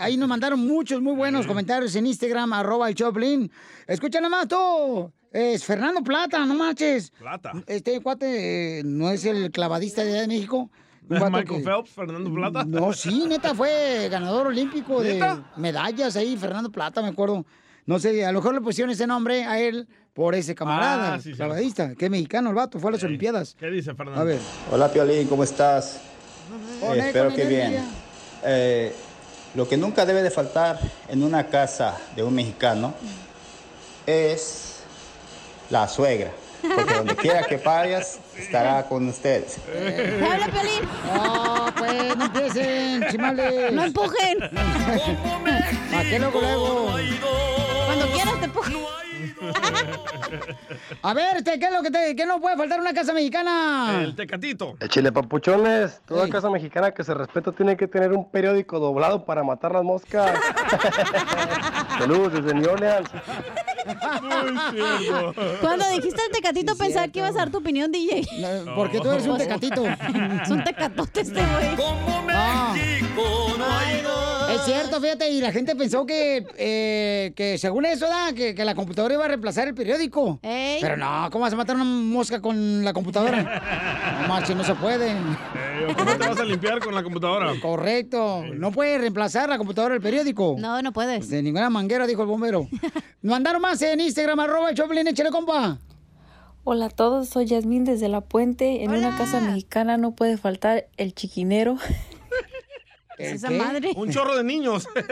Ahí nos mandaron muchos muy buenos comentarios en Instagram, arroba el Choplin. Escucha nomás tú. Es Fernando Plata, no marches. Plata. Este cuate eh, no es el clavadista de allá de México. Un ¿No es vato Michael que- Phelps, Fernando Plata? No, sí, neta, fue ganador olímpico de ¿Neta? medallas ahí, Fernando Plata, me acuerdo. No sé, a lo mejor le pusieron ese nombre a él por ese camarada, Ah, sí, cierto. clavadista, que es mexicano el vato, fue a las Olimpiadas. ¿Qué dice Fernando? A ver. Hola Piolín, ¿cómo estás? Con él, espero con que energía. bien. Eh, lo que nunca debe de faltar en una casa de un mexicano es la suegra. Porque donde quiera que vayas, estará con ustedes. ¡Habla, Pelín! ¡No, pues, no empiecen, chimales! ¡No empujen! ¿A qué luego, luego? Cuando quieras te empujo. A ver, este, ¿qué es lo que te, qué no puede faltar en una casa mexicana? El tecatito. Chile papuchones, toda Ah. Ey. casa mexicana que se respeta tiene que tener un periódico doblado para matar las moscas. Saludos desde New Orleans. Muy cierto. Cuando dijiste el tecatito Sí, pensaba que cierto. ibas a dar tu opinión, DJ. No, Porque tú eres un tecatito. Ah. Es un tecatote este güey. No. Es cierto, fíjate, y la gente pensó que, eh, que según eso, da, que, que la computadora iba a reemplazar el periódico. Ey. Pero no, ¿cómo vas a matar una mosca con la computadora? No marches, no se puede. Eh, ¿o ¿Cómo te vas a limpiar con la computadora? Correcto. No puede reemplazar la computadora el periódico. No, no puedes. De ninguna manguera, dijo el bombero. Mandaron más en Instagram, arroba el Choplin, échale compa. Hola a todos, soy Yasmín desde La Puente. En Hola. una casa mexicana no puede faltar el chiquinero. Es esa ¿Qué? madre. Un chorro de niños.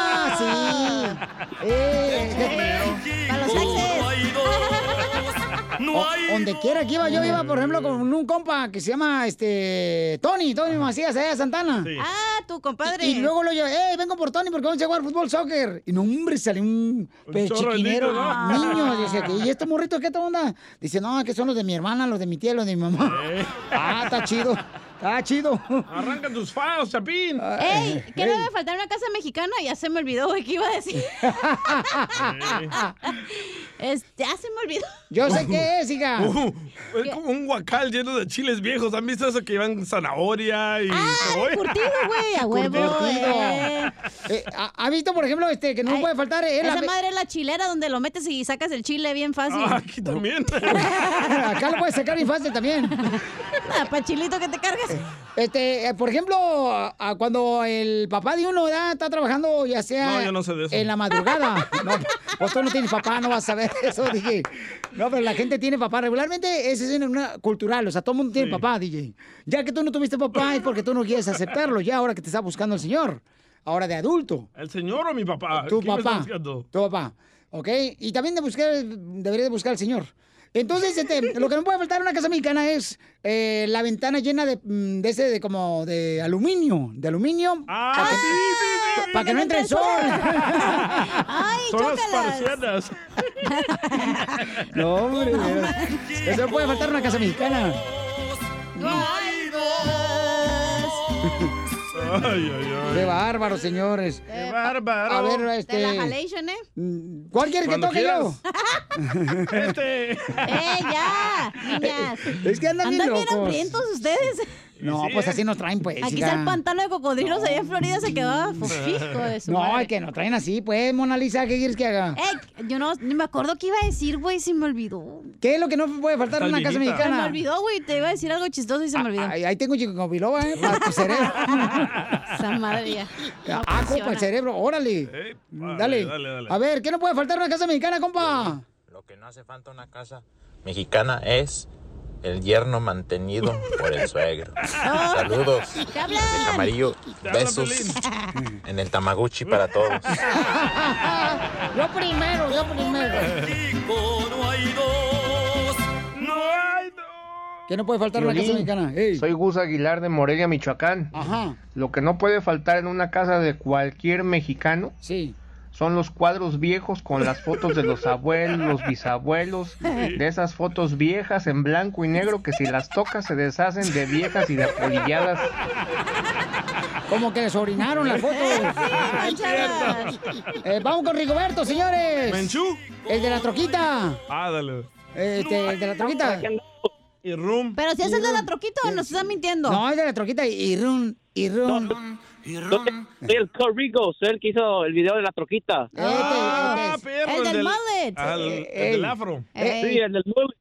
¡Ah, sí! Eh, Este, Para los exes. O- donde quiera que iba, yo iba, por ejemplo, con un compa que se llama este Tony, Tony Macías, allá de Santana. Sí. Ah, tu compadre. Y luego lo llevé, ¡eh, vengo por Tony porque vamos a jugar fútbol soccer! Y no, hombre, salió un, Un chorro de pechiquinero, niños, ¿no? niño. Dice, que, ¿y estos morritos qué tal onda? Dice, no, que son los de mi hermana, los de mi tía, los de mi mamá. Ah, está chido, está chido. Arranca tus files, Chapín. ¡Ey! ¿Qué no Ey. debe faltar en una casa mexicana? Ya se me olvidó, güey, ¿qué iba a decir? Es- ya se me olvidó. Yo sé qué es, hija. Uh, es como un guacal lleno de chiles viejos. ¿Han visto eso que llevan zanahoria y ¡Ah, cebolla? curtido, güey! ¡A huevo! Curtido. eh. Eh, ¿ha, ha visto, por ejemplo, este que no Ay, puede faltar? eh, la Esa ve- madre es la chilera donde lo metes y sacas el chile bien fácil. Ah, aquí también. Acá lo puedes sacar infancia también. Ah, pa' chilito que te cargas. Este, eh, por ejemplo, a- a cuando el papá de uno ¿verdad? está trabajando, ya sea No, yo no sé de eso. en la madrugada. No, vos tú no tienes papá, no vas a saber eso, DJ. No, pero la gente tiene papá. Regularmente esa es una- una cultural, o sea, todo el mundo tiene Sí. papá, DJ. Ya que tú no tuviste papá es porque tú no quieres aceptarlo, ya ahora que te está buscando el señor, ahora de adulto. ¿El señor o mi papá? Tu ¿Quién me está papá. buscando? Tu papá. ¿Ok? Y también de buscar, debería de buscar al señor. Entonces, este, lo que no puede faltar en una casa mexicana es eh, la ventana llena de, mm, de ese, de como, de aluminio. De aluminio. Ah, sí, sí, sí. Para que no entre el sol. ¡Ay, Son las chócalas! parcianas. no, hombre. de veras. Eso no puede faltar en una casa mexicana. Ay, ay, Qué ay. bárbaro, señores. Qué bárbaro. A ver, Te la este. jalation, ¿eh? mm, ¿Cuál quieres que Cuando toque yo? quieras. Este. ¡Eh, ya! Niñas. Es que andan bien Andan bien locos. hambrientos ustedes. No, Sí, pues ¿eh? así nos traen, pues. Aquí hija. está el pantano de cocodrilos allá en Florida, se quedó fijo de su No, madre. es que nos traen así, pues, Mona Lisa, ¿qué quieres que haga? Ey, yo no ni me acuerdo qué iba a decir, güey, se me olvidó. ¿Qué es lo que no puede faltar en Estás una casa viejita. Se mexicana? me olvidó, güey, te iba a decir algo chistoso y se me olvidó. Ahí, ahí tengo chico biloba, ¿eh? Para tu cerebro. Esa madre ya. No ah, compa, el funciona. cerebro, órale. Eh, vale, dale. dale, dale. A ver, ¿qué no puede faltar en una casa mexicana, compa? Lo que no hace falta en una casa mexicana es el yerno mantenido por el suegro. Saludos ¡Te hablan! de Camarillo, habla besos en el Tamaguchi para todos. Yo primero, yo primero. No hay dos. ¿Qué no puede faltar en una casa Violín, mexicana? Ey. Soy Gus Aguilar de Morelia, Michoacán. Ajá, Lo que no puede faltar en una casa de cualquier mexicano sí. son los cuadros viejos con las fotos de los abuelos, los bisabuelos, de esas fotos viejas en blanco y negro que si las tocas se deshacen de viejas y de apolilladas. Como que les orinaron las fotos. ¡Ay, manchadas! Eh, vamos con Rigoberto, señores. Menchú. El de la troquita. Ah, dale. Este, el de la troquita. Y Room. Pero si es el de la troquita, nos están mintiendo. No, el de la troquita. Y run, y run. Soy el Corrigo, soy el que hizo el video de la troquita. Este, Ah, perro, El del mullet. al- Eh, el del afro. Sí, el del mullet.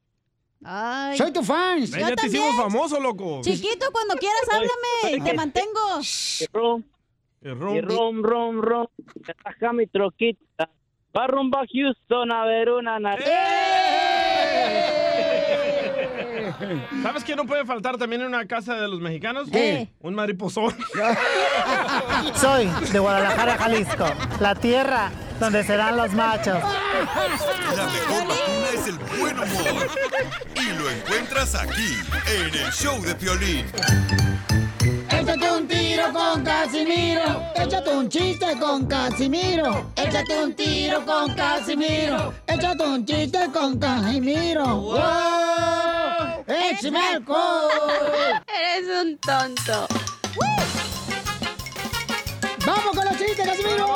Ay. Soy tu fan. Ve, ya te hicimos famoso, loco. Chiquito, cuando quieras, háblame. Te mantengo. Rom, El y ron. rom, rom, rom. Se baja mi troquita. Va rumbo a Houston a ver una nariz. ¡Eh! ¿Sabes qué no puede faltar también en una casa de los mexicanos? ¿Qué? Un mariposón. Soy de Guadalajara, Jalisco, la tierra donde serán los machos. La mejor vacuna es el buen humor. Y lo encuentras aquí, en el show de Piolín. Échate un tiro con Casimiro. Échate un chiste con Casimiro. Échate un tiro con Casimiro. Échate un chiste con Casimiro. ¡Wow! ¡Échame alcohol! Eres un tonto. ¡Vamos con los chistes, Casimiro!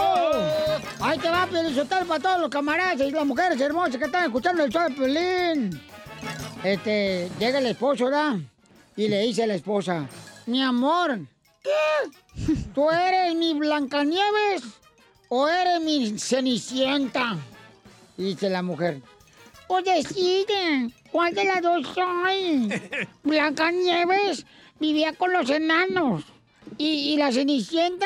Ahí te va a soltar para todos los camaradas y las mujeres hermosas que están escuchando el show de Piolín. Este, llega el esposo, ¿verdad? Y le dice a la esposa, mi amor, ¿qué? ¿Tú eres mi Blancanieves o eres mi Cenicienta? Y dice la mujer, pues decide, ¿cuál de las dos soy? Blancanieves vivía con los enanos y, y la Cenicienta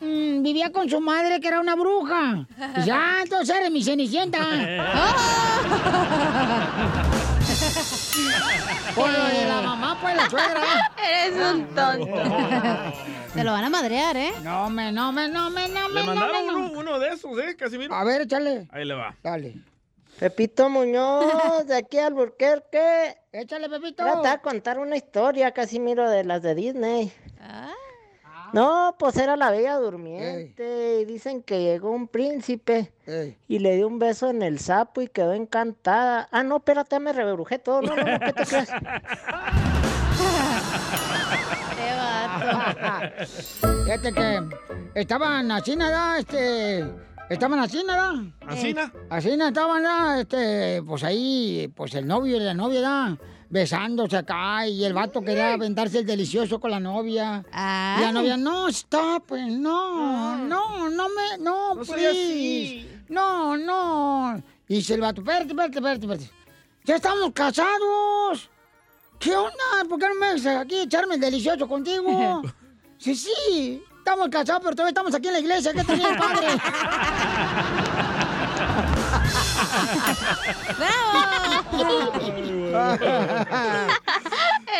mm, vivía con su madre que era una bruja. Y ya, entonces eres mi Cenicienta. Por lo de la mamá, pues la suegra. Eres Ah, un tonto. Te lo van a madrear, ¿eh? No, me, no, me, no, me, no, Le me, no, mandaron me, uno, no. uno de esos, ¿eh? Casimiro. A ver, échale. Ahí le va. Dale. Pepito Muñoz, de aquí al Burquerque. Échale, Pepito. Ahora te voy a contar una historia, Casimiro, de las de Disney. Ah, Ah. No, pues era la Bella Durmiente. Y dicen que llegó un príncipe y le dio un beso en el sapo y quedó encantada. Ah, no, espérate, me rebrujé todo. No, no, no, ¿qué te creas? Fíjate que estaban así nada, este. Estaban así nada. ¿Así nada? Así nada estaban nada, este. Pues ahí, pues el novio y la novia nada. Besándose acá y el vato quería aventarse el delicioso con la novia. Ah. Y la novia, no, está, pues no, no, no me, no, No soy please. así. Pues No, no. Y dice el vato, espérate, espérate, espérate, espérate. Ya estamos casados. ¿Qué onda? ¿Por qué no me dejas aquí echarme el delicioso contigo? Sí, sí, estamos casados, pero todavía estamos aquí en la iglesia. ¿Qué tenía el padre?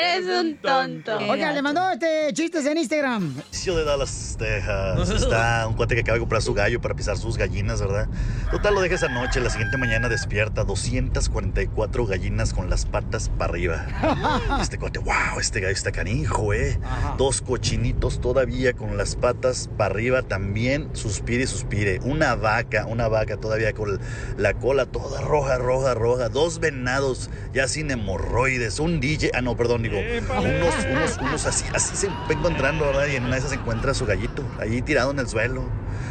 Eres un tonto. Oiga, le mandó este chistes en Instagram. Mauricio de Dallas, Texas. Está un cuate que acaba de comprar su gallo para pisar sus gallinas, ¿verdad? Total, lo deja esa noche. La siguiente mañana despierta 244 gallinas con las patas para arriba. Ah. Este cuate, wow, este gallo está canijo, ¿eh? Dos cochinitos todavía con las patas para arriba también. Suspire, y suspire. Una vaca, una vaca todavía con la cola toda roja, roja, roja. Dos venados ya sin hemorroides. Un DJ, ah, no, perdón, digo. Unos, unos, unos así, así se va encontrando, ¿verdad? Y en una de esas encuentra su gallito, ahí tirado en el suelo.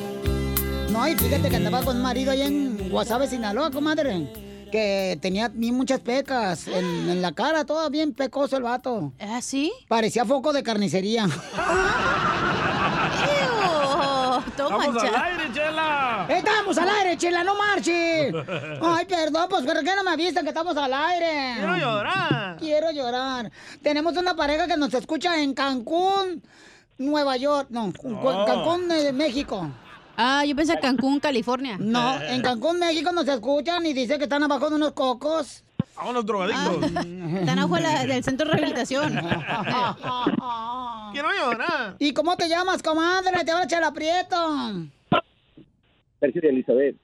No, y fíjate que andaba con un marido allá en Guasave, Sinaloa, comadre. Que tenía bien muchas pecas en, en la cara, todo bien pecoso el vato. ¿Ah, sí? Parecía foco de carnicería. ¡Estamos al aire, Chela! ¡Estamos al aire, chela! ¡No marche! Ay, perdón, pues ¿por qué no me avisan que estamos al aire? Quiero llorar. Quiero llorar. Tenemos una pareja que nos escucha en Cancún, Nueva York. No, cu- Oh. Cancún, eh, México. Ah, yo pensé Cancún, California. No, en Cancún, México nos escuchan y dice que están abajo de unos cocos. A Ah, unos drogadictos. Tan abajo de la- Ah, del centro de rehabilitación. Quiero llorar. ¿Y cómo te llamas, comadre? Te va a echar aprieto. Sergio de Elizabeth.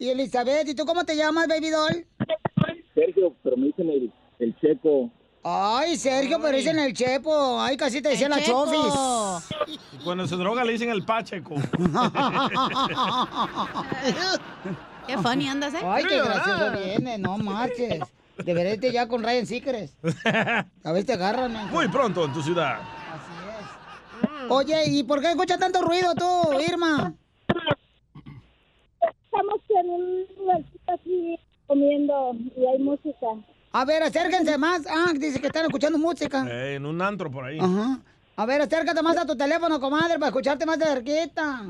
Y Elizabeth, ¿y tú cómo te llamas, baby doll? Sergio, pero me dicen el, el checo. Ay, Sergio, pero dicen el Chepo. Ay, casi te decía la Chepo. Chofis. Y Cuando se droga le dicen el Pacheco. Qué funny andas, ¿eh? Ay, qué gracioso viene, no marches. Deberías irte ya con Ryan Seacrest. A ver, te agarran. Muy pronto en tu ciudad. Oye, ¿y por qué escuchas tanto ruido tú, Irma? Estamos en un lugarcito así comiendo y hay música. A ver, acérquense más. Ah, dice que están escuchando música. Eh, en un antro por ahí. Ajá. A ver, acércate más a tu teléfono, comadre, para escucharte más de cerquita.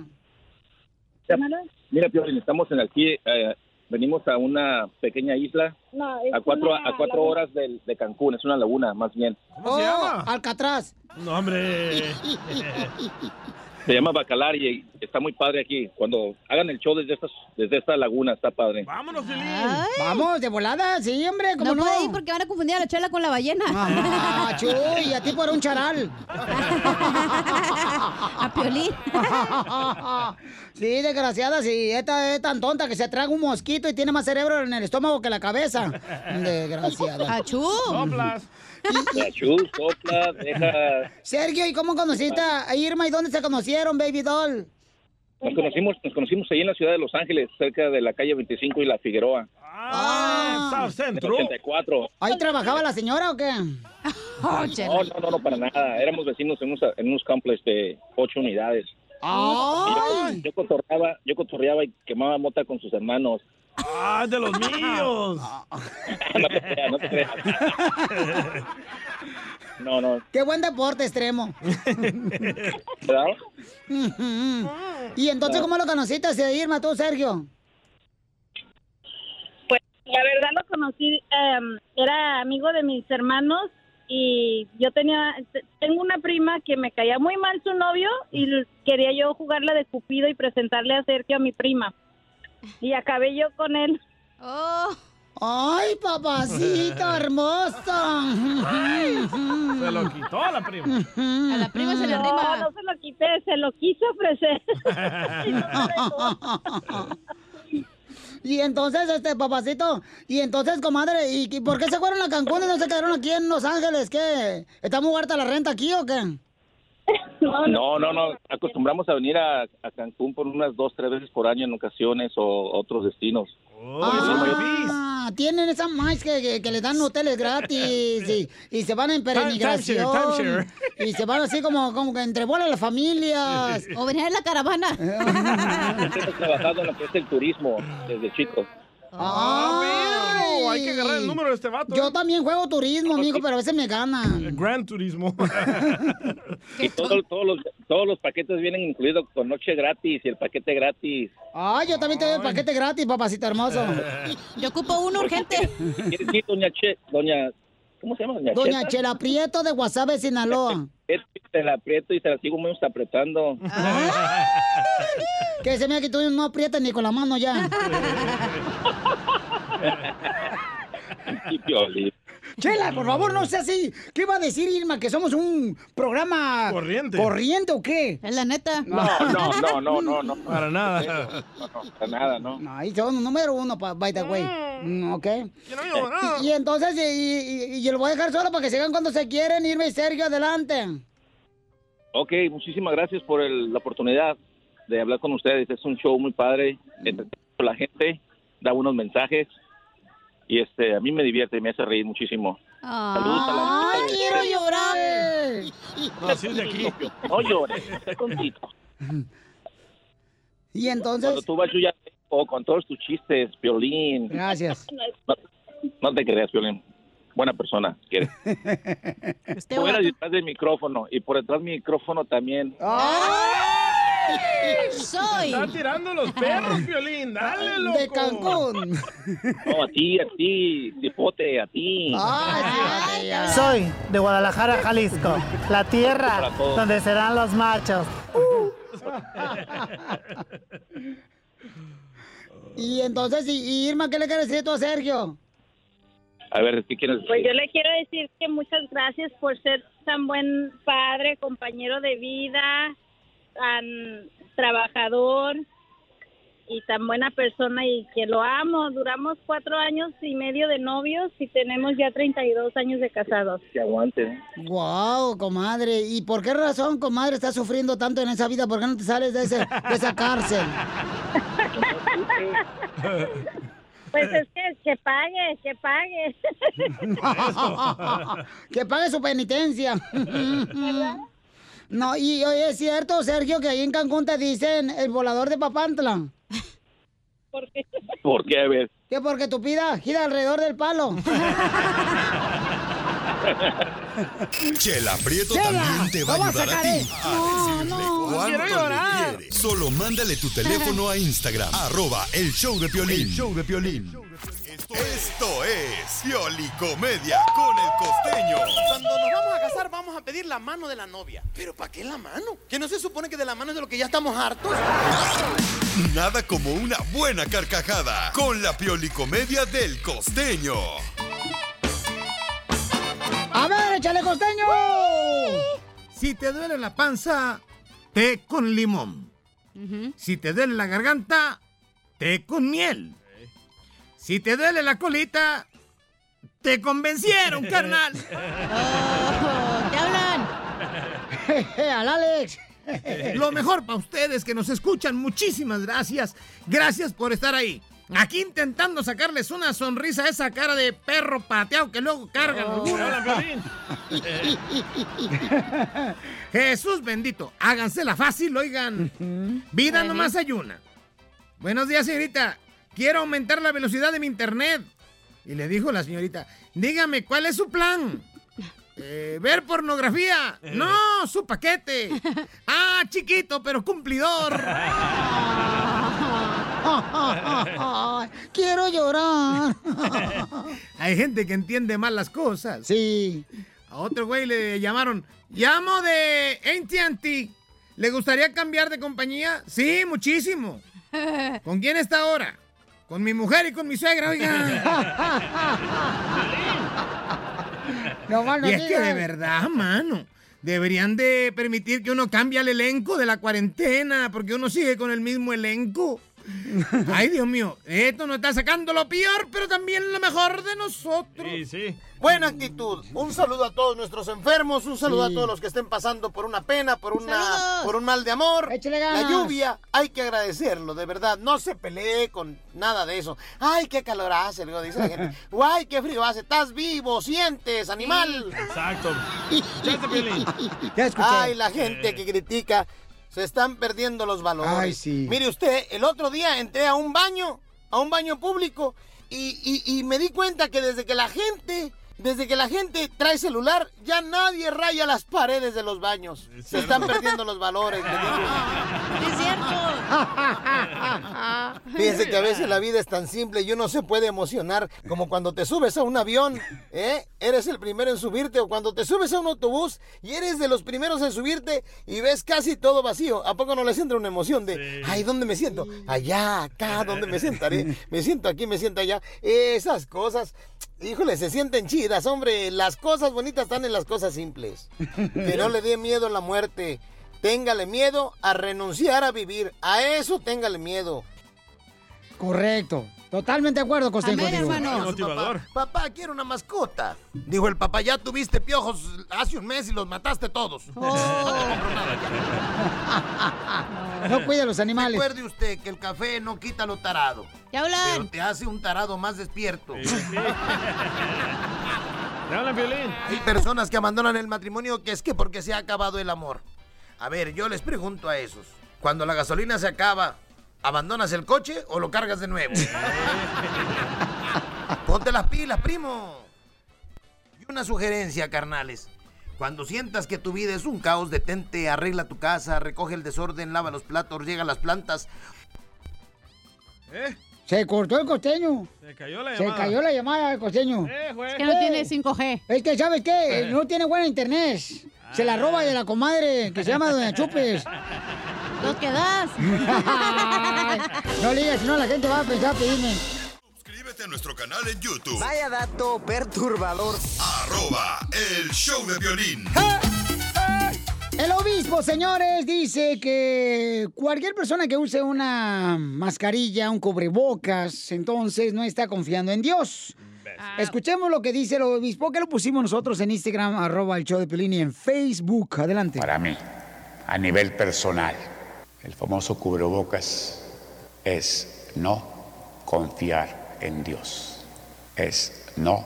Mira, Piolín, estamos en aquí, eh, venimos a una pequeña isla No, a cuatro, a cuatro horas del- de Cancún, es una laguna más bien. oh, Alcatraz. No, hombre. Se llama Bacalar y está muy padre aquí. Cuando hagan el show desde, estas, desde esta laguna, está padre. Vámonos, Vamos, de volada, sí, hombre, No, puede ir porque van a confundir a la chela con la ballena. Ah, chuy, a ti por un charal. A Piolín. Sí, desgraciada, sí. Esta es tan tonta que se traga un mosquito y tiene más cerebro en el estómago que la cabeza. Desgraciada. Achú. Soplas. Chus, sopla, deja. Sergio, ¿y cómo conociste a Irma y dónde se conocieron, baby doll? Nos conocimos, nos conocimos ahí en la ciudad de Los Ángeles, cerca de la calle 25 y la Figueroa. Ah, En el 84. ¿Ahí trabajaba la señora o qué? No, no, no, no, para nada. Éramos vecinos en unos, en unos complex de ocho unidades. Ay. Y Yo, yo cotorreaba, yo cotorreaba y quemaba mota con sus hermanos. ¡Ah, de los míos! No te creas, no te creas. No, no. Qué buen deporte extremo. ¿Verdad? Ujú. ¿Y entonces cómo lo conociste a Irma, tú, Sergio? Pues la verdad lo conocí, em, era amigo de mis hermanos y yo tenía, te- tengo una prima que me caía muy mal su novio y l- quería yo jugarla de cupido y presentarle a Sergio a mi prima. Y acabé yo con él. ¡Ay, papacito hermoso! Se lo quitó a la prima. A la prima se le No, arrima. No, se lo quité, se lo quise ofrecer. y entonces, este, papacito, y entonces, comadre, ¿y y por qué se fueron a Cancún y no se quedaron aquí en Los Ángeles? ¿Qué? ¿Está muy harta la renta aquí o qué? No, no, no. Acostumbramos a venir a, a Cancún por unas dos, tres veces por año en ocasiones o otros destinos. Ah, Ah, tienen esa más que, que, que les dan hoteles gratis y, y se van en peregrinación. timeshare, Y se van así como, como que entre bolas las familias. O venir en la caravana. Siempre he trabajado en lo que es el turismo desde chico. Ah, Hay que agarrar el número de este vato. Ah, Yo también juego turismo, amigo, pero a veces me ganan. Gran turismo. Y todo- todos, los, todos los paquetes vienen incluidos con noche gratis y el paquete gratis. Ah, yo también te doy el paquete gratis, papacito hermoso. Yo ocupo uno urgente. ¿Quieres ir, doña Che? Doña, ¿Cómo se llama? Doña, Doña Cheta? Chela Prieto de Guasave, Sinaloa. Es que Te la aprieto y te la sigo muy apretando. Ah. Que se me ha quitado no aprieta ni con la mano ya. Y Piolín. Chela, por favor, no sea así. ¿Qué va a decir Irma? ¿Que somos un programa corriente, corriente o qué? Es la neta. No, no, no, no, no, no. Para nada. No, no, para nada, no. Ahí son número uno, pa- by the way. Mm, ok. Y, y entonces, y, y- y- y lo voy a dejar solo para que sigan cuando se quieren. Irma y Sergio, adelante. Ok, muchísimas gracias por el- la oportunidad de hablar con ustedes. Es un show muy padre. Entretiene a la gente, da buenos mensajes. Y este, a mí me divierte, me hace reír muchísimo. Ay, quiero llorar. No, sí es de aquí. No llores, sé contigo. Y entonces. Cuando tú vas, yo ya o con todos tus chistes, Piolín. Gracias. No te creas, Piolín. Buena persona, si quieres. Este Fuera detrás del micrófono y por detrás del micrófono también. Soy. Está tirando los perros, Violín. Dale, loco. De Cancún. No, a ti, a ti, cipote, a ti. Ah. Soy de Guadalajara, Jalisco, la tierra Para todos. donde serán los machos. Uh. Y entonces, y, y Irma, ¿qué le quieres decir tú a Sergio? A ver, ¿qué quieres decir? Pues yo le quiero decir que muchas gracias por ser tan buen padre, compañero de vida, tan trabajador y tan buena persona y que lo amo. Duramos cuatro años y medio de novios y tenemos ya 32 años de casados. Que aguante. Wow, comadre. ¿Y por qué razón, comadre, estás sufriendo tanto en esa vida? ¿Por qué no te sales de, ese, de esa cárcel? Pues es que, que pague, que pague. que pague su penitencia. no, y oye, es cierto, Sergio, que ahí en Cancún te dicen el volador de Papantla. ¿Por qué? A ver. Que porque tu vida gira alrededor del palo. Chela Prieto Chela, también te va lo a voy a ayudar a sacar, ti. eh. A decirle quiero cuánto le llorar. quieres. Solo mándale tu teléfono a Instagram. arroba el show de Piolín. show de Piolín. Esto es Pioli Comedia con el costeño. Cuando nos vamos a casar vamos a pedir la mano de la novia. ¿Pero para qué la mano? Que no se supone que de la mano es de lo que ya estamos hartos. Nada como una buena carcajada con la Pioli Comedia del costeño. A ver, échale costeño. Si te duele la panza, té con limón. Si te duele la garganta, té con miel. Si te duele la colita, te convencieron, carnal. Oh, ¿Te hablan? ¡Al Alex! Lo mejor para ustedes que nos escuchan, muchísimas gracias. Gracias por estar ahí. Aquí intentando sacarles una sonrisa a esa cara de perro pateado que luego cargan. Oh. algunos. Jesús bendito, hágansela fácil, oigan. Vida Ajá. nomás hay una. Buenos días, señorita. Quiero aumentar la velocidad de mi internet. Y le dijo la señorita, dígame, ¿cuál es su plan? "Eh, ver pornografía. No, su paquete. Ah, chiquito, pero cumplidor. Quiero llorar. Hay gente que entiende mal las cosas. Sí. A otro güey le llamaron, llamo de AT&T. ¿Le gustaría cambiar de compañía? Sí, muchísimo. ¿Con quién está ahora? Con mi mujer y con mi suegra, oiga. No, mal no y es que digas. de verdad, mano, deberían de permitir que uno cambie al elenco de la cuarentena, porque uno sigue con el mismo elenco. Ay, Dios mío, esto nos está sacando lo peor, pero también lo mejor de nosotros. Sí, sí. Buena actitud. Un saludo a todos nuestros enfermos, un saludo Sí. a todos los que estén pasando por una pena, por una por un mal de amor. La ganas. lluvia, hay que agradecerlo, de verdad, no se pelee con nada de eso. Ay, qué calor hace, luego dice la gente. Guay, qué frío hace, estás vivo, sientes, animal. Exacto. Ya escuché. Ay, la gente que critica, se están perdiendo los valores. Ay, sí. Mire usted, el otro día entré a un baño, a un baño público, y, y- y me di cuenta que desde que la gente, desde que la gente trae celular, ya nadie raya las paredes de los baños. se están perdiendo los valores. le digo. Fíjense que a veces la vida es tan simple y uno se puede emocionar, como cuando te subes a un avión, ¿eh? eres el primero en subirte, o cuando te subes a un autobús y eres de los primeros en subirte y ves casi todo vacío. ¿A poco no les entra una emoción de, ay, ¿dónde me siento? Allá, acá, ¿dónde me sentaré? Me siento aquí, me siento allá. Esas cosas, híjole, se sienten chidas, hombre. Las cosas bonitas están en las cosas simples. Que no le dé miedo a la muerte. Téngale miedo a renunciar a vivir. A eso téngale miedo. Correcto. Totalmente de acuerdo, Costeño. contigo. Papá, papá, quiero una mascota. Dijo el papá, ya tuviste piojos hace un mes y los mataste todos. Oh. No cuida a los animales. Recuerde usted que el café no quita lo tarado. Ya hablan. Pero te hace un tarado más despierto. Hay personas que abandonan el matrimonio que es que porque se ha acabado el amor. A ver, yo les pregunto a esos. Cuando la gasolina se acaba, ¿abandonas el coche o lo cargas de nuevo? Ponte las pilas, primo. Y una sugerencia, carnales. Cuando sientas que tu vida es un caos, detente, arregla tu casa, recoge el desorden, lava los platos, riega las plantas. Se cortó el costeño. Se cayó la Se llamada. Eh, cayó la llamada del costeño. güey. Es que no tiene 5G. Es que, ¿sabes qué? Eh. No tiene buena internet. Se la roba de la comadre que se llama Doña Chupes. Lo que das. no ligas, si no la gente va a pensar pedirme. Suscríbete a nuestro canal en YouTube. Vaya dato perturbador. Arroba el show de violín. El obispo, señores, dice que cualquier persona que use una mascarilla, un cubrebocas, entonces no está confiando en Dios. Escuchemos lo que dice el obispo, que lo pusimos nosotros en Instagram, arroba el show de Pelín y en Facebook. Adelante. Para mí, a nivel personal, el famoso cubrebocas es no confiar en Dios. Es no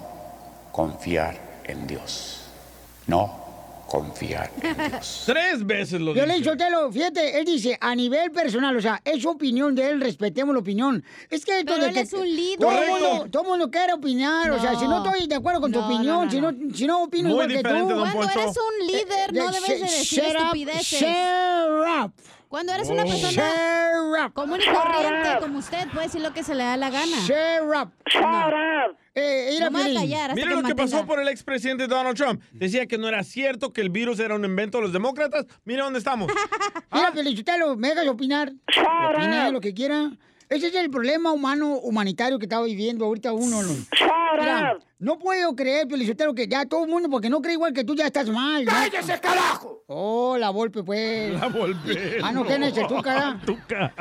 confiar en Dios. No confiar en Dios. Tres veces lo Yo le dije. fíjate, él dice a nivel personal, o sea, es su opinión de él, respetemos la opinión. Es que Pero todo él que- es un líder. Todo el Correcto. mundo, todo mundo quiere opinar, o sea, No. si no estoy de acuerdo con tu No, no, opinión, no, si no, si no opino Muy igual que tú. diferente, don Cuando Poncho. eres un líder, no debes de sh- decir Eh, shut up, estupideces. shut up. Cuando eres una Oh. persona común y corriente como usted, puede decir lo que se le da la gana. Share up. Eh, No me voy a callar hasta Mira que lo que mantenga. pasó por el expresidente Donald Trump. Decía que no era cierto, que el virus era un invento de los demócratas. Mira dónde estamos. Mira, Felicitalo, me dejas opinar. Opina lo que quiera. Ese es el problema humano, humanitario que está viviendo ahorita uno. ¿no? Mira, no puedo creer, Felicitalo, que ya todo el mundo, porque no cree igual que tú, ya estás mal. ¡Cállese, carajo! Oh, la golpe, pues. La Volpe. Ah, no, ¿quién es el Tuca, da? Tuca.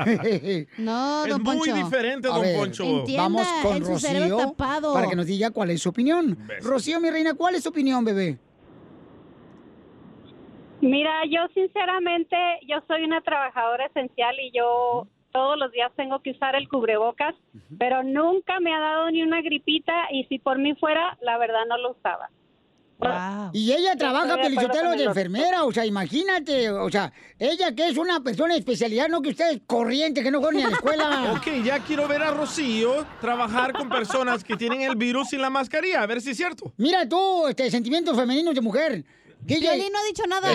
No, Es don muy Poncho. diferente, A don ver, Poncho. Vamos con en su cerebro Rocío tapado. para que nos diga cuál es su opinión. Rocío, mi reina, ¿cuál es su opinión, bebé? Mira, yo sinceramente, yo soy una trabajadora esencial y yo todos los días tengo que usar el cubrebocas, pero nunca me ha dado ni una gripita y si por mí fuera, la verdad no lo usaba. Y ella trabaja, Estoy de acuerdo Pelichotelo, con de el doctor. enfermera, o sea, imagínate, o sea, ella que es una persona de especialidad, no que ustedes corriente, que no juegan ni a la escuela. Ok, ya quiero ver a Rocío trabajar con personas que tienen el virus sin la mascarilla, a ver si es cierto. Mira tú, este, sentimientos femeninos de mujer. Piolín no ha dicho nada.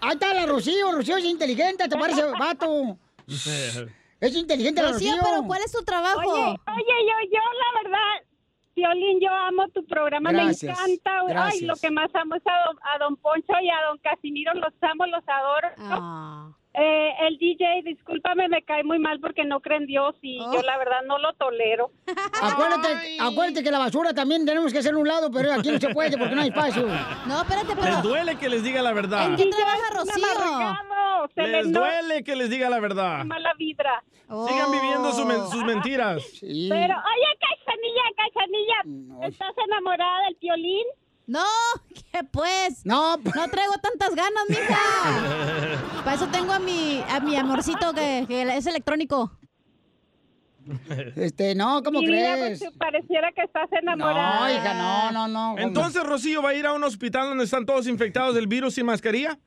ahí está la Rocío, Rocío es inteligente, te parece vato. Es inteligente la Rocío. Rocío, pero ¿cuál es tu trabajo? Oye, oye, yo, yo la verdad, Violín, yo amo tu programa, Gracias, me encanta. güey. gracias. Ay, lo que más amo es a don, a don Poncho y a don Casimiro, los amo, los adoro. Ah. Eh, el DJ, discúlpame, me cae muy mal porque no cree en Dios y Oh. yo la verdad no lo tolero. Acuérdate, acuérdate que la basura también tenemos que hacer un lado, pero aquí no se puede porque no hay espacio. No, espérate, Les duele que les diga la verdad. ¿En qué trabaja Rocío? no, se Les le no- duele que les diga la verdad. mala vibra. Oh. Sigan viviendo su men- sus mentiras. Pero, ah, oye, Cachanilla, Mm, Cachanilla, ¿estás enamorada del violín? No, ¿qué pues? No. No traigo tantas ganas, mija. Para eso tengo a mi, a mi amorcito que, que es electrónico. Este, no, ¿cómo Mi vida, crees? pues, pareciera que estás enamorada. No, hija, no, no, no. Entonces, Rocío va a ir a un hospital donde están todos infectados del virus sin mascarilla.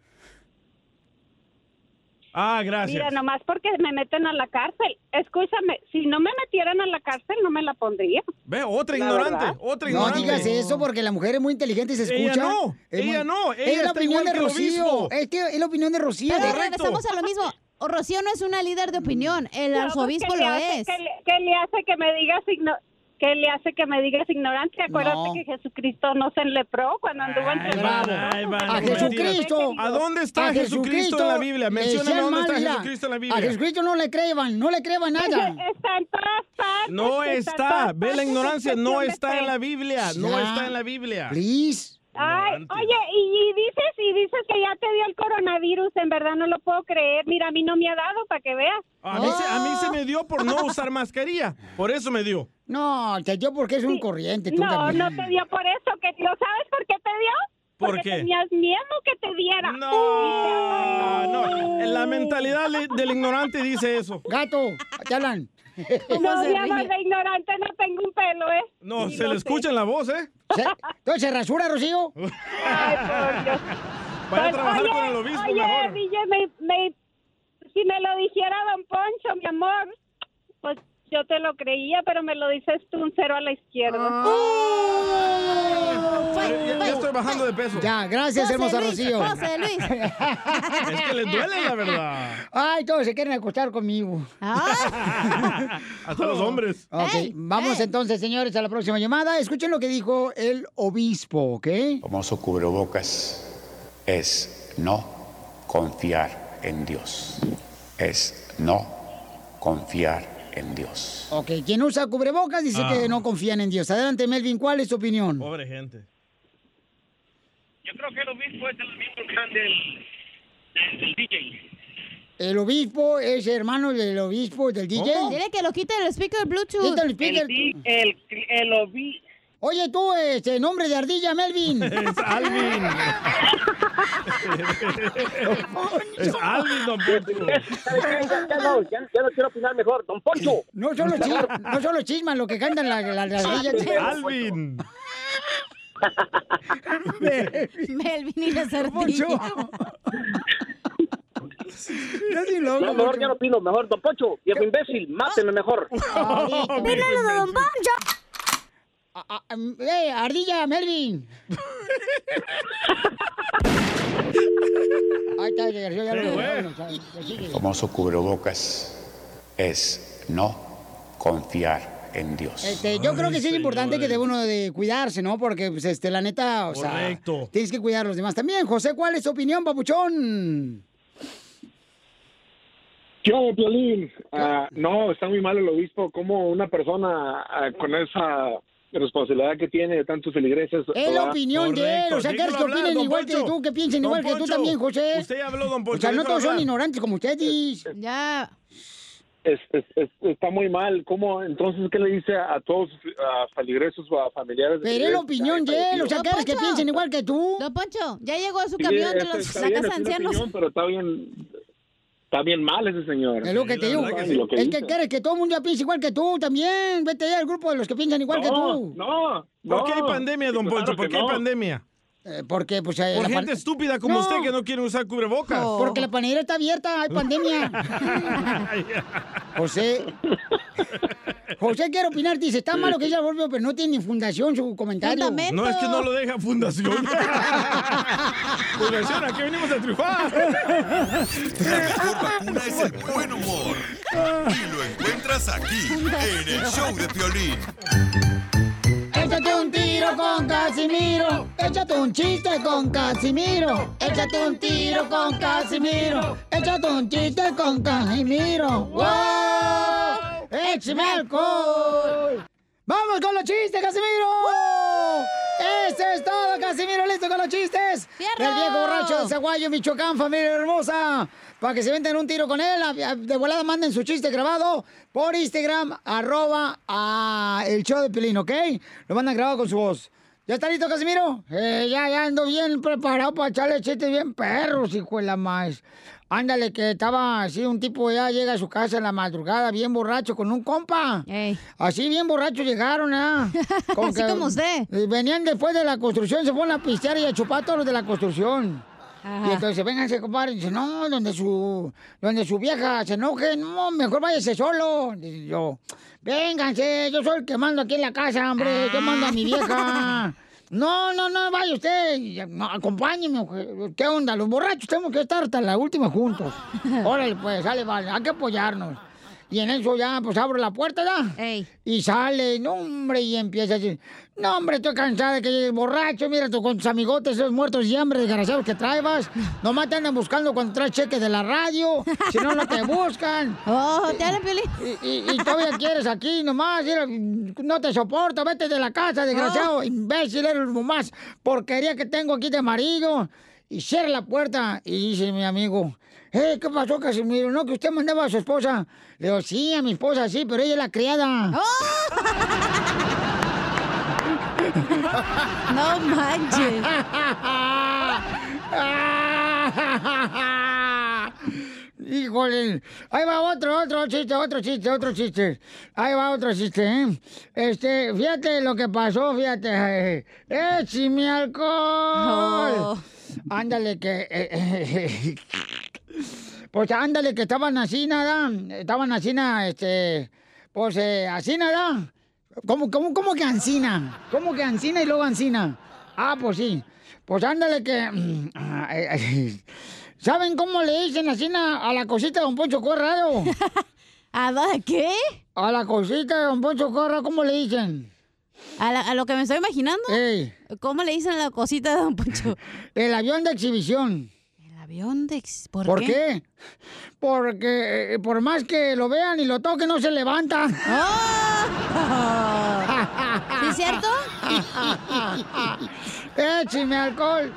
Ah, Mira, gracias. nomás porque me meten a la cárcel. Escúchame, si no me metieran a la cárcel, no me la pondría. Ve, otra La ignorante, verdad. otra No ignorante. digas eso porque la mujer es muy inteligente y se Ella escucha. no, Es ella no, ella es la está opinión igual de que el Rocío. obispo. Es que es la opinión de Rocío. Pero regresamos a lo mismo. O Rocío no es una líder de opinión. El No, arzobispo pues, ¿qué lo le hace- es. ¿Qué le, qué le hace que me digas igno- qué le hace que me digas ignorante? Acuérdate No. que Jesucristo no se enlepró cuando anduvo Ay, entre van, nosotros. ay, van, A no mentiras. Jesucristo. ¿A dónde está A Jesucristo en la Biblia? le Mencióname decían dónde mal, está mira, Jesucristo en la A Biblia. Jesucristo no le creban, no le creban nada. Está en todas partes. No está. Ve la ignorancia. No está en la Biblia. No Ya. está en la Biblia. Please. Ay, oye, y, y dices y dices que ya te dio el coronavirus, en verdad no lo puedo creer. Mira, a mí no me ha dado para que veas. A mí, se, a mí Ah. se me dio por no usar mascarilla. Por eso me dio. No, te dio porque es un corriente. Tú No, también. no te dio por eso, que ¿lo sabes por qué te dio? ¿Por Porque qué? tenías miedo que te diera. No, no. La mentalidad le- del ignorante dice eso. Gato, Yalan. No, mi amor, de ignorante no tengo un pelo, ¿eh? No, Y se le escucha en la voz, ¿eh? Se- Entonces se rasura, Rocío. Vaya a Pues, trabajar oye, con el obispo oye, mejor. DJ, me- me- si me lo dijera Don Poncho, mi amor, pues yo te lo creía, pero me lo dices tú un cero a la Ah. izquierda. Ya, ya- ya estoy bajando de peso. Ya, gracias, hermosa Rocío. Es que les duele la verdad. Ay, todos se quieren acostar conmigo. Hasta los hombres. Ok, vamos entonces, señores, a la próxima llamada. Escuchen lo que dijo el obispo, ¿ok? famoso cubrebocas es no confiar en Dios. Es no confiar en Dios. Ok, quien usa cubrebocas dice Ah. que no confían en Dios. Adelante, Melvin, ¿cuál es tu opinión? Pobre gente. Yo creo que el obispo es el mismo plan del, del, del DJ. El obispo es hermano del obispo del DJ. Dile que lo quite el speaker Bluetooth. Quita el speaker. Oye, tú, este, nombre de ardilla, Melvin. Es Alvin. es Alvin, don Ya, ya no quiero opinar mejor, don Poncho. No solo, chi- no solo chisman lo que cantan las la, las ardillas. Alvin. Melvin y la Poncho. Casi loco. No, mejor ya no opino, mejor, don Poncho. Viejo imbécil, máteme mejor. Don ¡Eh, ardilla, Melvin! Ahí está, ya, ya lo- ya lo- ya lo- sigue. famoso cubrebocas es no confiar en Dios. Este, yo creo que sí es importante que de uno de cuidarse, ¿no? Porque, pues, este, la neta, o sea, Correcto. tienes que cuidar a los demás también. José, ¿cuál es tu opinión, papuchón? Yo, Piolín, ah, no, está muy mal el obispo. Como una persona ah, con esa responsabilidad Pues que tiene de tantos feligreses. Es la ¿verdad? opinión de él. O sea, ¿quieres que hablar, opinen don igual que Poncho. tú? Que piensen Don igual que tú Poncho, también, José. usted ya habló, don O Poncho, sea, no déjalo todos son hablar. ignorantes como ustedes. Ya. Es- es- es- está muy mal. ¿Cómo entonces qué le dice a todos a feligreses o a familiares? de Pero es la feligreses? opinión de él. O sea, Don ¿quieres que Poncho. piensen igual que tú? Don Poncho, ya llegó su Sí, camión de este, los, está la casa bien, de es una ancianos. opinión, pero está bien, está bien mal ese señor. Es lo que te digo. Lo que es que dice. quieres que todo el mundo ya piense igual que tú también. Vete ahí al grupo de los que piensan igual que tú. No, ¿Por qué hay pandemia, don Poncho? ¿Por qué hay pandemia? porque, pues... Por la pan- gente estúpida como No. usted que no quiere usar cubrebocas. Porque la panadera está abierta, hay pandemia. José. José quiere opinar, dice, está malo que ella volvió, pero no tiene ni fundación su comentario. No, es que no lo deja fundación. fundación, aquí venimos a triunfar. La mejor vacuna es el buen humor. Y lo encuentras aquí, en el show de Piolín. Échate un tiro con Casimiro. Échate un chiste con Casimiro. Échate un tiro con Casimiro. Échate un chiste con Casimiro. ¡Wow! ¡Échame alcohol! ¡Vamos con los chistes, Casimiro! ¡Eso es todo, Casimiro! ¡Listo con los chistes! Del viejo borracho de Zaguayo, Michoacán, familia hermosa. Para que se venden un tiro con él. a- a- De volada manden su chiste grabado por Instagram, arroba a el show de Pelín, ¿ok? Lo mandan grabado con su voz. ¿Ya está listo, Casimiro? Eh, ya, ya ando bien preparado para echarle chistes bien perros, hijo de la más. Ándale, que estaba así, un tipo ya llega a su casa en la madrugada, bien borracho, con un compa. Así bien borracho llegaron, ¿ah? Así como usted. Venían después de la construcción, se fueron a pistear y a chupar a todos los de la construcción. Ajá. Y entonces, vénganse, compadre. Dice, no, donde su, donde su vieja se enoje, no, mejor váyase solo. Dice yo, vénganse, yo soy el que mando aquí en la casa, hombre, yo mando a mi vieja. No, no, no, vaya usted, Y, no, acompáñeme. mujer. ¿Qué onda? Los borrachos tenemos que estar hasta la última juntos. Órale, pues, sale, vale, hay que apoyarnos. Y en eso ya, pues abro la puerta ya. Y sale, no, hombre, y empieza a decir, no, hombre, estoy cansada de que llegues borracho, mira, tú con tus amigotes, esos muertos y hambre desgraciados que traebas, nomás te andan buscando cuando traes cheque de la radio, si no, no te buscan. Oh, te hablan, Y, y- y todavía quieres aquí nomás, mira, no te soporto, vete de la casa, desgraciado, Oh. imbécil, eres lo más porquería que tengo aquí de marido. Y cierra la puerta y dice mi amigo, eh, ¿qué pasó, Casimiro? ¿No que usted mandaba a su esposa? Le digo, sí, a mi esposa, sí, pero ella es la criada. No manches. Híjole. Ahí va otro, otro chiste, otro chiste, otro chiste. Ahí va otro chiste, ¿eh? Este, fíjate lo que pasó, fíjate. ¡Eh, mi alcohol! Ándale, que. eh, eh, pues ándale, que estaban así, nada. Estaban así, nada, este. Pues eh, así, nada. ¿Cómo, cómo, cómo que Ancina? ¿Cómo que Ancina y luego Ancina? Ah, pues sí. Pues ándale que... ¿Saben cómo le dicen Ancina a la cosita de Don Poncho Corrado? ¿A qué? A la cosita de Don Poncho Corrado, ¿cómo le dicen? A, la- a lo que me estoy imaginando. ¿Cómo le dicen la cosita de Don Poncho? El avión de exhibición. El avión de ex- ¿Por, ¿Por qué? Porque eh, por más que lo vean y lo toquen, no se levanta. ¡Ah! ¿Sí es cierto? Écheme alcohol.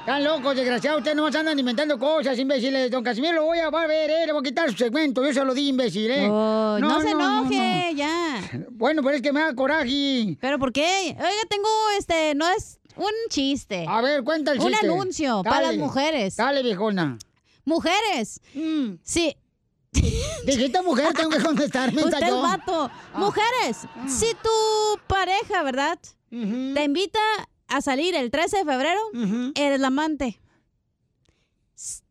Están locos, desgraciados. Ustedes nomás andan inventando cosas, imbéciles. Don Casimiro, lo voy a volver, ¿eh? Le voy a quitar su segmento. Yo se lo di, imbécil, ¿eh? Oh, no se enoje, ya. Bueno, pero es que me da coraje. ¿Pero por qué? Oiga, tengo este, no es un chiste. A ver, cuenta el Un chiste. anuncio para las Dale, mujeres. Dale, viejona. Mujeres. Mm. Sí. Dijiste mujer, tengo que contestar. mensa Usted es yo. Ah. vato. Mujeres, si tu pareja, ¿verdad? Te invita a salir el 13 de febrero, eres la amante. S-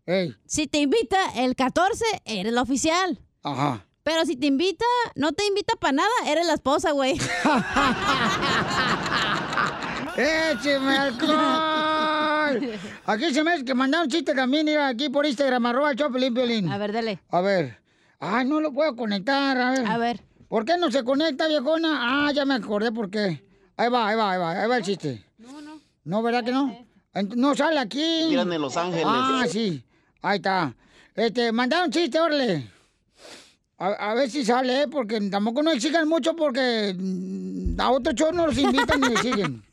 Si te invita el 14, eres la oficial. Ajá. Pero si te invita, no te invita para nada, eres la esposa, güey. ¡Écheme alcohol! Aquí se me hace que mandaron chiste también, mira, aquí por Instagram, arroba el Choplin Piolín. A ver, dale. A ver. Ay, no lo puedo conectar, a ver. A ver. ¿Por qué no se conecta, viejona? Ah, ya me acordé por qué. Ahí va, ahí va, ahí va, ahí va el chiste. No, no. Este. No, ¿verdad que no? Ent- No sale aquí. Tiran en Los Ángeles. Ah, sí. Ahí está. Este, mandaron chiste, orle. A, a ver si sale, ¿eh? porque tampoco no exigen mucho porque mm, a otros shows no los invitan ni les siguen.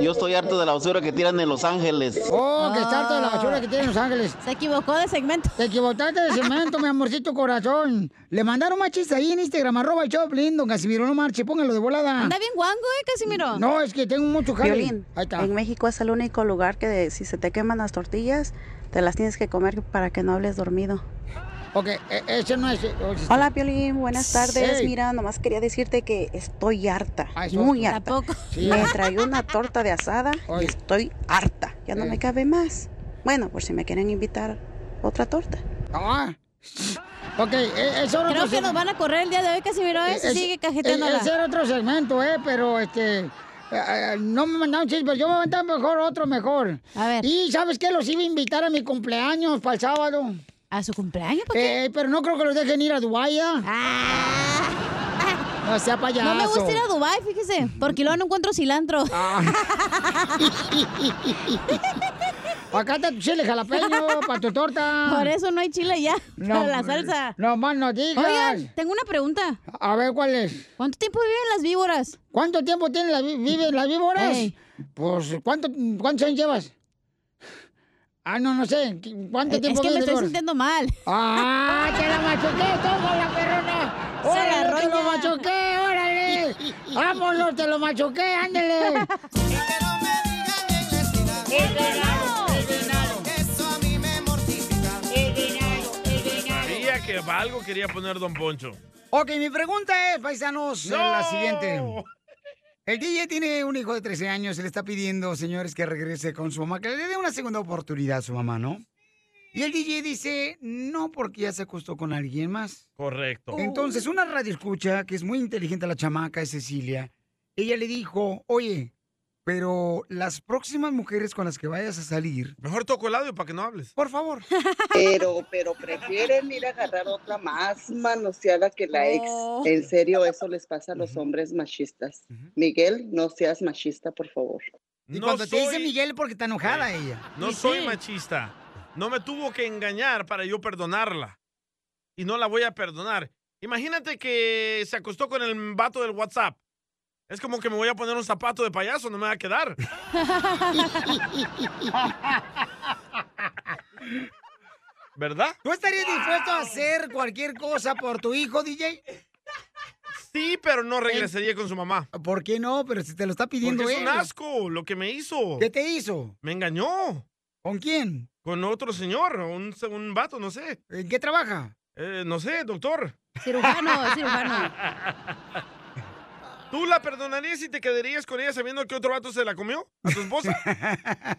Yo estoy harto de la basura que tiran en Los Ángeles. Oh, que está toda la basura que tiene Los Ángeles. Se equivocó de segmento. Te equivocaste de segmento, mi amorcito corazón. Le mandaron más chistes ahí en Instagram, arroba el Choplin, don Casimiro, no marche, póngalo de volada. Anda bien guango, ¿eh, Casimiro? Ah. No, es que tengo mucho jale. Violín, Ahí está. en México es el único lugar que de- si se te queman las tortillas, te las tienes que comer para que no hables dormido. Ok, e- ese no es... Hola, Piolín, buenas tardes. Sí. Mira, nomás quería decirte que estoy harta, Ah, eso muy sí. harta. Sí. Me traigo una torta de asada y estoy harta, ya no me cabe más. Bueno, por si me quieren invitar otra torta. Ah. Ok, e- es Creo que nos van a correr el día de hoy, Casimiro, ¿eh? Si E, Es- sigue es- cajeteándola. Ese era otro segmento, ¿eh? Pero este. eh, eh, no me mandaron chistes, pero yo me voy a mandar mejor otro mejor. A ver. Y ¿sabes qué? Los iba a invitar a mi cumpleaños para el sábado. ¿A su cumpleaños? Ah. Eh, pero no creo que los dejen ir a Dubái. ¿eh? No sea payaso. Ah. No me gusta ir a Dubai, fíjese, porque luego no encuentro cilantro. Acá está tu chile jalapeño para tu torta. Por eso no hay chile ya, para la salsa. No más no digas. Oigan, tengo una pregunta. A ver, ¿cuál es? ¿Cuánto tiempo viven las víboras? ¿Cuánto tiempo tienen las vi- viven las víboras? Pues, ¿cuánto, ¿cuántos años llevas? Ah, no, no sé. ¿Cuánto Es- tiempo Eh, es que me quieres, estoy Dolores? sintiendo mal. ¡Ah! ¡Te la machuqué! ¡Toma la perrona! Se la ¡Órale, te lo roña. machuqué! ¡Órale! ¡Vámonos, te lo machuqué! ¡Ándale! El venado, el venado. Eso a mí me mortifica. El venado, el venado. Creía que algo quería poner Don Poncho. Ok, mi pregunta es, paisanos, eh, la siguiente. El DJ tiene un hijo de 13 años y le está pidiendo, señores, que regrese con su mamá, que le dé una segunda oportunidad a su mamá, ¿no? Y el DJ dice, no, porque ya se acostó con alguien más. Correcto. Entonces, una radio escucha, que es muy inteligente la chamaca, es Cecilia, ella le dijo, oye, pero las próximas mujeres con las que vayas a salir... Mejor toco el audio para que no hables. Por favor. Pero, pero prefieren ir a agarrar otra más manoseada que la ex. Oh. En serio, eso les pasa a los hombres machistas. Miguel, no seas machista, por favor. Y No cuando te dice soy- Miguel porque está enojada ella. No Y soy sí. machista. No me tuvo que engañar para yo perdonarla. Y no la voy a perdonar. Imagínate que se acostó con el vato del WhatsApp. Es como que me voy a poner un zapato de payaso, no me va a quedar. ¿Verdad? ¿Tú estarías dispuesto a hacer cualquier cosa por tu hijo, DJ? Sí, pero no regresaría con su mamá. ¿Por qué no? Pero si te lo está pidiendo Porque es un él. asco lo que me hizo. ¿Qué te hizo? Me engañó. ¿Con quién? Con otro señor, un, un vato, no sé. Eh, ¿En qué trabaja? no sé, doctor. Cirujano, cirujano. ¿Tú la perdonarías y te quedarías con ella sabiendo que otro vato se la comió? ¿A tu esposa?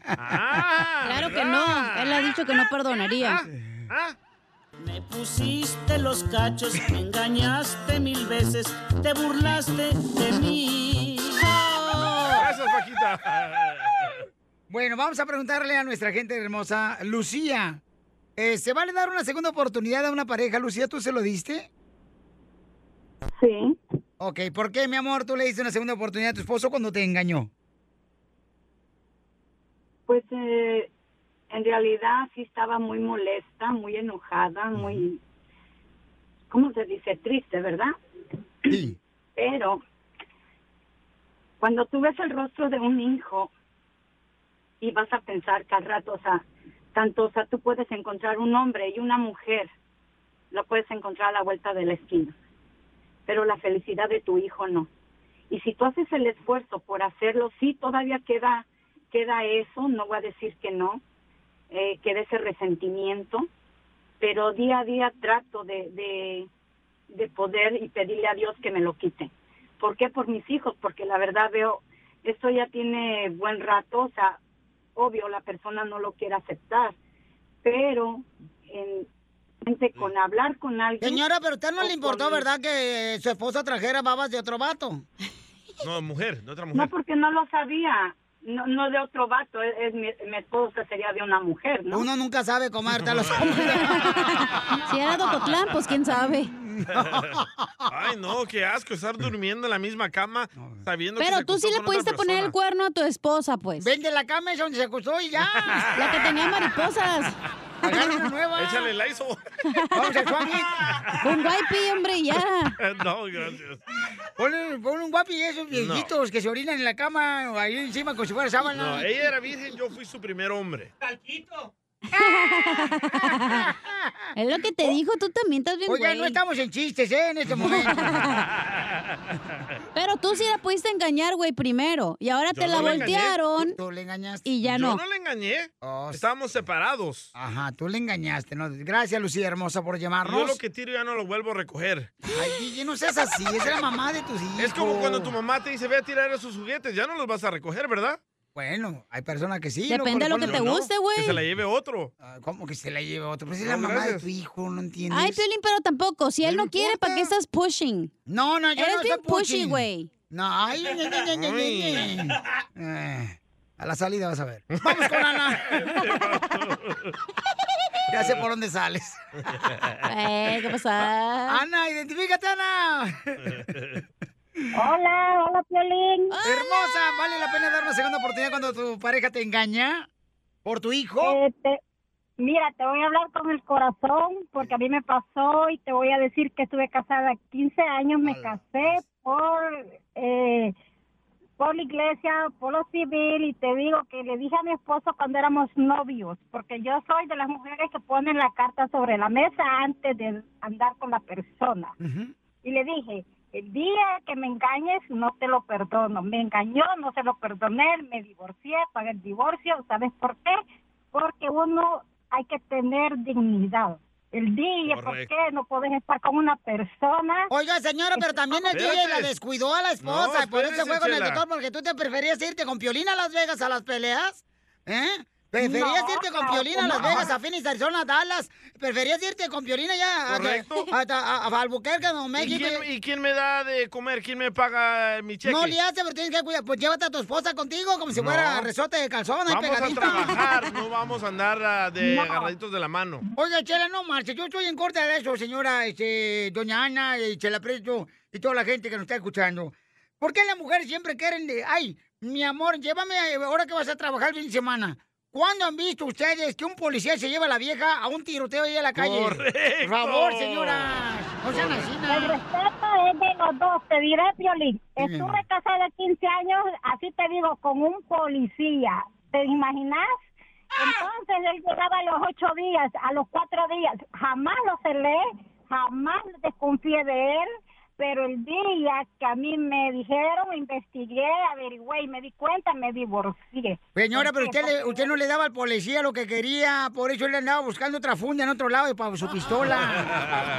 Claro que no. Él ha dicho que no perdonaría. Me pusiste los cachos, me engañaste mil veces, te burlaste de mí. Gracias, Paquita. Bueno, vamos a preguntarle a nuestra gente hermosa, Lucía. eh, ¿Se vale dar una segunda oportunidad a una pareja? Lucía, ¿tú se lo diste? Sí. Ok, ¿por qué, mi amor, tú le diste una segunda oportunidad a tu esposo cuando te engañó? Pues eh, en realidad sí estaba muy molesta, muy enojada, muy, ¿cómo se dice? Triste, ¿verdad? Pero cuando tú ves el rostro de un hijo y vas a pensar cada rato, o sea, tanto, o sea, tú puedes encontrar un hombre y una mujer, lo puedes encontrar a la vuelta de la esquina, pero la felicidad de tu hijo no. Y si tú haces el esfuerzo por hacerlo, sí todavía queda queda eso, no voy a decir que no, eh, queda ese resentimiento, pero día a día trato de, de, de poder y pedirle a Dios que me lo quite. ¿Por qué? Por mis hijos, porque la verdad veo, esto ya tiene buen rato, o sea, obvio la persona no lo quiere aceptar, pero en, gente con hablar con alguien... Pues, Señora, pero a usted no o le importó, con- ¿verdad? Que eh, su esposa trajera babas de otro vato. No, mujer, de otra mujer. No, porque no lo sabía. No, no de otro vato, es, es mi, mi esposa sería de una mujer, ¿no? Uno nunca sabe comer, a los hombres. Ah, Si era de Ocotlán, pues quién sabe. Ay, no, qué asco estar durmiendo en la misma cama sabiendo que Pero se tú sí acostó le con otra pudiste poner el persona. cuerno a tu esposa, pues. Vende la cama es donde se acostó y ya. La que tenía mariposas. Agarra una nueva. Échale el ISO. Vamos al Juan. Un guaypi, hombre, y ya. No, gracias. Ponle, ponle un guapi de esos viejitos que se orinan en la cama o ahí encima como si fuera sábana. No, ella era virgen, yo fui su primer hombre. Es lo que te dijo, tú también estás bien Oiga, güey. no estamos en chistes, ¿eh? En este momento. Pero tú sí la pudiste engañar, güey, primero. Y ahora Yo te la no la engañé. voltearon. Tú le engañaste. Y ya Yo no. no le engañé. Estábamos separados. Oh, Ajá, tú le engañaste, ¿no? Gracias, Lucía hermosa, por Yo llamarnos. lo que tiro ya no lo vuelvo a recoger. Ay, DJ, no seas así, es la mamá de tus hijos. Es como cuando tu mamá te dice, ve a tirar esos juguetes, ya no los vas a recoger, ¿verdad? Bueno, hay personas que sí. Depende de lo que te guste, güey. Que se la lleve otro. Ah, ¿Cómo que se la lleve otro? Pues es No, la mamá gracias. de tu hijo, ¿no entiendes? Ay, Piolín, pero tampoco. Si él no quiere, ¿para qué estás pushing? No, no, yo Eres no bien estoy pushy, pushing. güey. No, ay, ay, ay, ay, ay, ay, ay. Eh, a la salida vas a ver. Vamos con Ana. ya sé por dónde sales. Eh, ¿qué pasa? Ana, identifícate, Ana. Hola, hola, Piolín. Hermosa, ¿vale la pena dar una segunda oportunidad cuando tu pareja te engaña? ¿Por tu hijo? Eh, Mira, te voy a hablar con el corazón porque a mí me pasó y te voy a decir que estuve casada 15 años, me casé por eh, por la iglesia, por lo civil, y te digo que le dije a mi esposo cuando éramos novios, porque yo soy de las mujeres que ponen la carta sobre la mesa antes de andar con la persona. Y le dije, el día que me engañes, no te lo perdono. Me engañó, no se lo perdoné, me divorcié, pagué el divorcio. ¿Sabes por qué? Porque uno hay que tener dignidad. El día, ¿por Correcto. qué no puedes estar con una persona? Oiga, señora, pero también el DJ la descuidó a la esposa No, y por eso espérese, fue con el Chela. doctor, porque tú te preferías irte con Piolín a Las Vegas a las peleas, ¿eh? Preferías No, irte con claro Piolín que a Las no. Vegas, a Phoenix, Arizona, a Dallas. Preferías irte con Piolín allá a, Correcto. a, a- a Albuquerque, Nuevo ¿Y México. quién, y quién me da de comer? ¿Quién me paga mi cheque? No le hace, pero tienes que cuidar. Pues llévate a tu esposa contigo como si No. fuera resorte de calzón, ahí Vamos a pegadita. trabajar, no vamos a andar ah, de No. agarraditos de la mano. Oiga, Chela, no marche. Yo estoy en contra de eso, señora este, doña Ana, y Chela Preto y toda la gente que nos está escuchando. ¿Por qué las mujeres siempre quieren de, ay, mi amor, llévame a- ahora que vas a trabajar el fin de semana? ¿Cuándo han visto ustedes que un policía se lleva a la vieja a un tiroteo ahí a la calle? Correcto. Por favor, señora. No sean así, El nada. respeto es de los dos, te diré, Piolín. Estuve casada 15 años, así te digo, con un policía. ¿Te imaginas? Ah. Entonces él llegaba a los ocho días, a los cuatro días. Jamás lo celé, jamás desconfié de él. Pero el día que a mí me dijeron, investigué, averigüé y me di cuenta, me divorcié. Señora, pero Porque- usted, le- usted no le daba al policía lo que quería, por eso él andaba buscando otra funda en otro lado y para su pistola.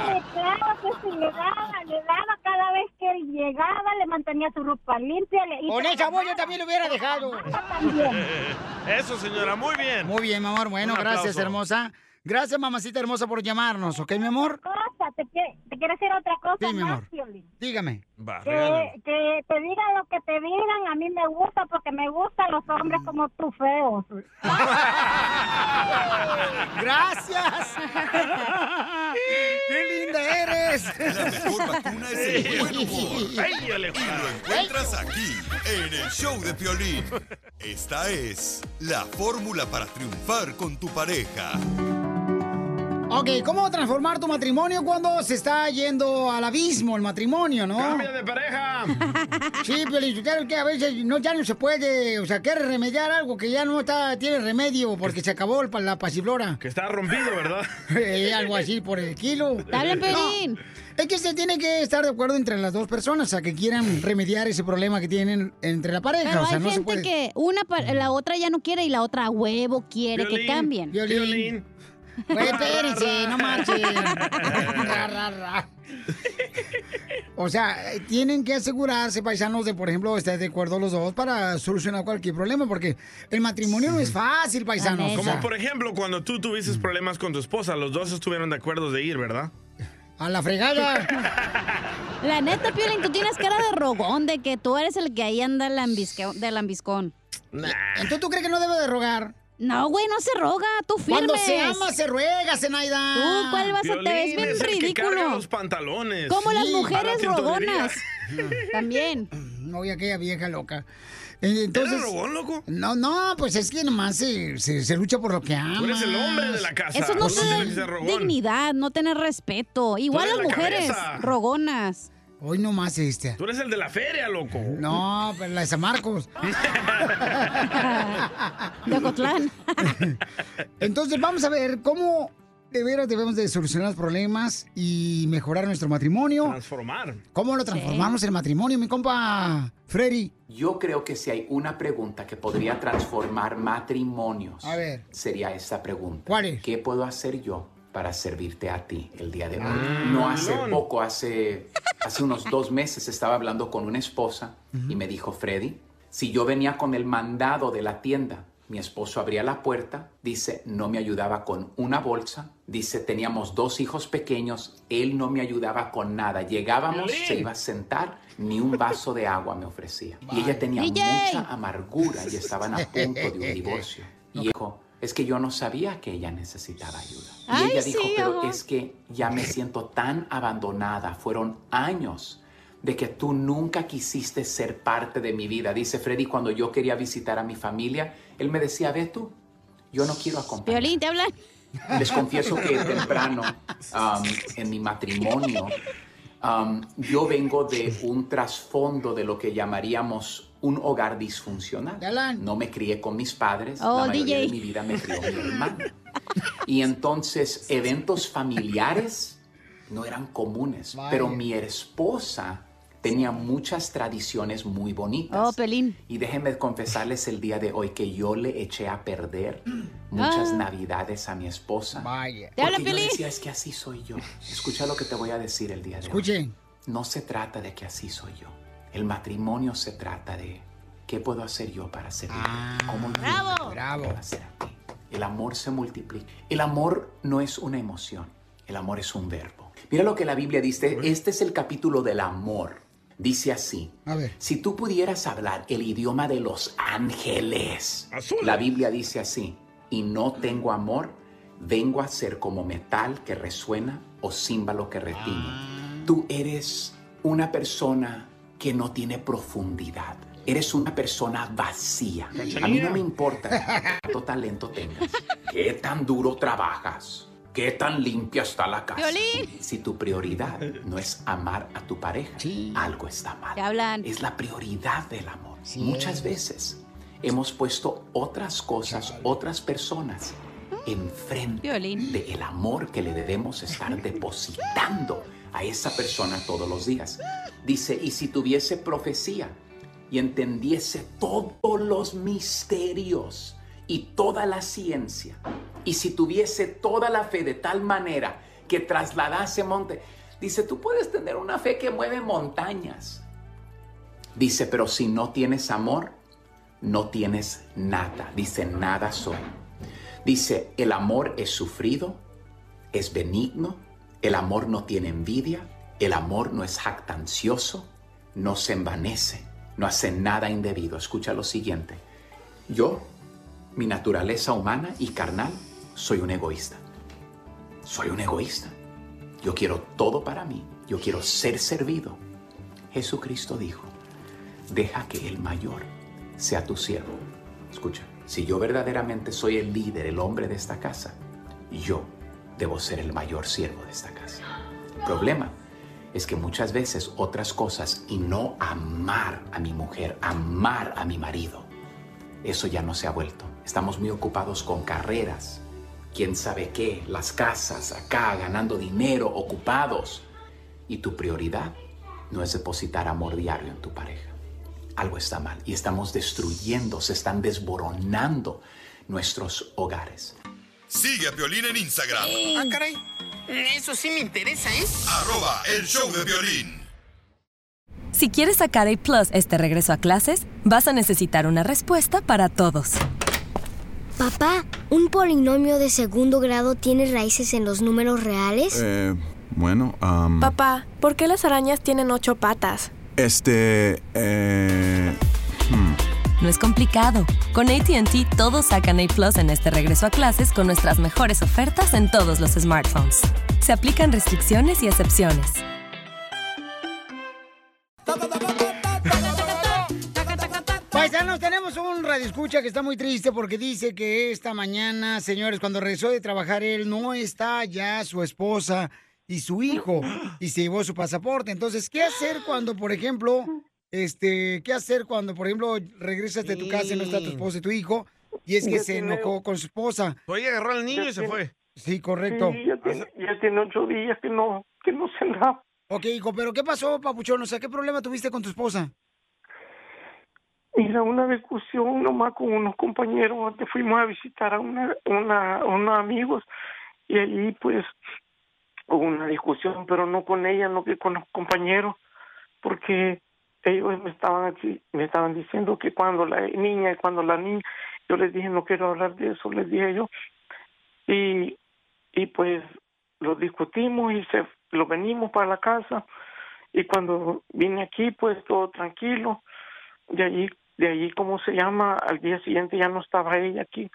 Sí, claro que sí, le daba, le daba cada vez que él llegaba, le mantenía su ropa limpia. Le, Con esa voz yo también lo hubiera dejado. Eso, señora, muy bien. Muy bien, mi amor. Bueno, Un aplauso. gracias, hermosa. Gracias, mamacita hermosa, por llamarnos, ¿ok, mi amor? Cosa, te, quie- te quiero decir otra cosa Sí, mi más, Eh, amor. Piolín. Dígame. Que, que te digan lo que te digan, a mí me gusta porque me gustan los hombres como tú feos. Gracias. ¡Qué linda eres! La mejor vacuna es el buen humor. Y lo encuentras aquí, en el show de Piolín. Esta es la fórmula para triunfar con tu pareja. Ok, ¿cómo transformar tu matrimonio cuando se está yendo al abismo el matrimonio, no? Cambia de pareja. Sí, pero es que a veces no, ya no se puede, o sea, quiere remediar algo que ya no está, tiene remedio porque se acabó el pa- la pasiflora. Que está rompido, ¿verdad? Eh, algo así por el kilo. Dale, No, es que se tiene que estar de acuerdo entre las dos personas, o sea, que quieran remediar ese problema que tienen entre la pareja. Pero o sea, hay no se gente puede. que una pa- la otra ya no quiere y la otra a huevo quiere que Violín, cambien. violín. Güey, espérense, no marchen. Ra, ra, ra. O sea, eh, tienen que asegurarse, paisanos, de por ejemplo, estar de acuerdo los dos para solucionar cualquier problema, porque el matrimonio no es fácil, paisanos. o sea, Como por ejemplo, cuando tú tuviste problemas con tu esposa, los dos estuvieron de acuerdo de ir, ¿verdad? a la fregada. La neta, Piolín, tú tienes cara de rogón, de que tú eres el que ahí anda lambisque- de lambiscón. ¿Entonces tú crees que no debo de rogar? No, güey, no se roga, tú firmes. Cuando se ama, se ruega, Zenaida. Tú, ¿cuál vas a te ves Piolín bien es el que carga ridículo? los pantalones. Como las Sí. mujeres A la tintorería. rogonas. También. No, y aquella vieja loca. Eh, Entonces, ¿Eres rogón, loco? No, no, pues es que nomás se, se- se lucha por lo que ama. Tú eres el hombre de la casa. Eso no Pues sí, te dice da rogón. dignidad, no tener respeto. Igual eres las la mujeres cabeza. rogonas. Hoy nomás este. Tú eres el de la feria, loco. No, pues la de San Marcos. de Ocotlán. Entonces vamos a ver cómo de veras debemos de solucionar los problemas y mejorar nuestro matrimonio. Transformar. ¿Cómo lo transformamos el matrimonio, mi compa Freddy? Yo creo que si hay una pregunta que podría transformar matrimonios, A ver. sería esta pregunta. ¿Cuál es? ¿Qué puedo hacer yo para servirte a ti el día de hoy? No hace poco, hace, hace unos dos meses estaba hablando con una esposa y me dijo, Freddy, si yo venía con el mandado de la tienda, mi esposo abría la puerta, dice, no me ayudaba con una bolsa, dice, teníamos dos hijos pequeños, él no me ayudaba con nada, llegábamos, se iba a sentar, ni un vaso de agua me ofrecía. Y ella tenía DJ. mucha amargura y estaban a punto de un divorcio. Y dijo, es que yo no sabía que ella necesitaba ayuda. Y Ay, ella dijo, sí, pero ajá. es que ya me siento tan abandonada. Fueron años de que tú nunca quisiste ser parte de mi vida. Dice Freddy, cuando yo quería visitar a mi familia, él me decía, ve tú, yo no quiero acompañar. Violín, ¿te hablan? Les confieso que temprano um, en mi matrimonio, um, yo vengo de un trasfondo de lo que llamaríamos un hogar disfuncional. No me crié con mis padres, Oh, la mayoría DJ. de mi vida me crió mi hermano. Y entonces eventos familiares no eran comunes, Vaya. pero mi esposa tenía muchas tradiciones muy bonitas. Oh, Pelín. Y déjenme confesarles el día de hoy que yo le eché a perder muchas Ah. navidades a mi esposa. Vaya. Te habla Porque yo Pelín. decía, es que así soy yo. Escucha lo que te voy a decir el día de hoy. Escuchen. No se trata de que así soy yo. El matrimonio se trata de qué puedo hacer yo para servirte. Ah, ¿Cómo yo Bravo. bravo. hacer a ti? El amor se multiplica. El amor no es una emoción. El amor es un verbo. Mira lo que la Biblia dice. Este es el capítulo del amor. Dice así. A ver. Si tú pudieras hablar el idioma de los ángeles, la Biblia dice así, y no tengo amor, vengo a ser como metal que resuena o címbalo que retiñe. Tú eres una persona que no tiene profundidad. Eres una persona vacía. A mí no me importa cuánto talento tengas, qué tan duro trabajas, qué tan limpia está la casa. Si tu prioridad no es amar a tu pareja, algo está mal. Te hablan. Es la prioridad del amor. Muchas veces hemos puesto otras cosas, otras personas enfrente Violín. del amor que le debemos estar depositando a esa persona todos los días. Dice, y si tuviese profecía y entendiese todos los misterios y toda la ciencia, y si tuviese toda la fe de tal manera que trasladase monte, dice, tú puedes tener una fe que mueve montañas. Dice, pero si no tienes amor, no tienes nada. Dice, nada soy. Dice, el amor es sufrido, es benigno, el amor no tiene envidia, el amor no es jactancioso, no se envanece, no hace nada indebido. Escucha lo siguiente. Yo, mi naturaleza humana y carnal, soy un egoísta. Soy un egoísta. Yo quiero todo para mí. Yo quiero ser servido. Jesucristo dijo, deja que el mayor sea tu siervo. Escucha, si yo verdaderamente soy el líder, el hombre de esta casa, yo debo ser el mayor siervo de esta casa. El problema es que muchas veces otras cosas y no amar a mi mujer, amar a mi marido, eso ya no se ha vuelto. Estamos muy ocupados con carreras, quién sabe qué, las casas, acá, ganando dinero, ocupados. Y tu prioridad no es depositar amor diario en tu pareja. Algo está mal y estamos destruyendo, se están desboronando nuestros hogares. Sigue a Violín en Instagram. Ah, caray. Eso sí me interesa, ¿eh? Arroba el show de violín. Si quieres sacar A Plus este regreso a clases, vas a necesitar una respuesta para todos. Papá, ¿un polinomio de segundo grado tiene raíces en los números reales? Eh, bueno, am, Papá, ¿por qué las arañas tienen ocho patas? este, eh, hmm. No es complicado. Con ATT todos sacan A Plus en este regreso a clases con nuestras mejores ofertas en todos los smartphones. Se aplican restricciones y excepciones. Paisanos, tenemos un radioescucha que está muy triste porque dice que esta mañana, señores, cuando regresó de trabajar, él no está ya su esposa y su hijo y se llevó su pasaporte. Entonces, ¿qué hacer cuando, por ejemplo, este, qué hacer cuando, por ejemplo, regresas de tu casa y no está tu esposa y tu hijo? Y es que Ya se tiene- enojó con su esposa. Oye, agarró al niño y se fue. Sí, correcto. Sí, ya tiene- ocho días que no, que no se da. Ok, hijo, pero ¿qué pasó, papuchón? O sea, ¿qué problema tuviste con tu esposa? Mira, una discusión nomás con unos compañeros, antes fuimos a visitar a una, una, unos amigos y allí pues hubo una discusión, pero no con ella, no que con los compañeros, porque ellos me estaban aquí, me estaban diciendo que cuando la niña y cuando la niña, yo les dije no quiero hablar de eso, les dije yo, y, y pues lo discutimos y se lo venimos para la casa y cuando vine aquí pues todo tranquilo de allí, de allí, ¿cómo se llama? Al día siguiente ya no estaba ella aquí.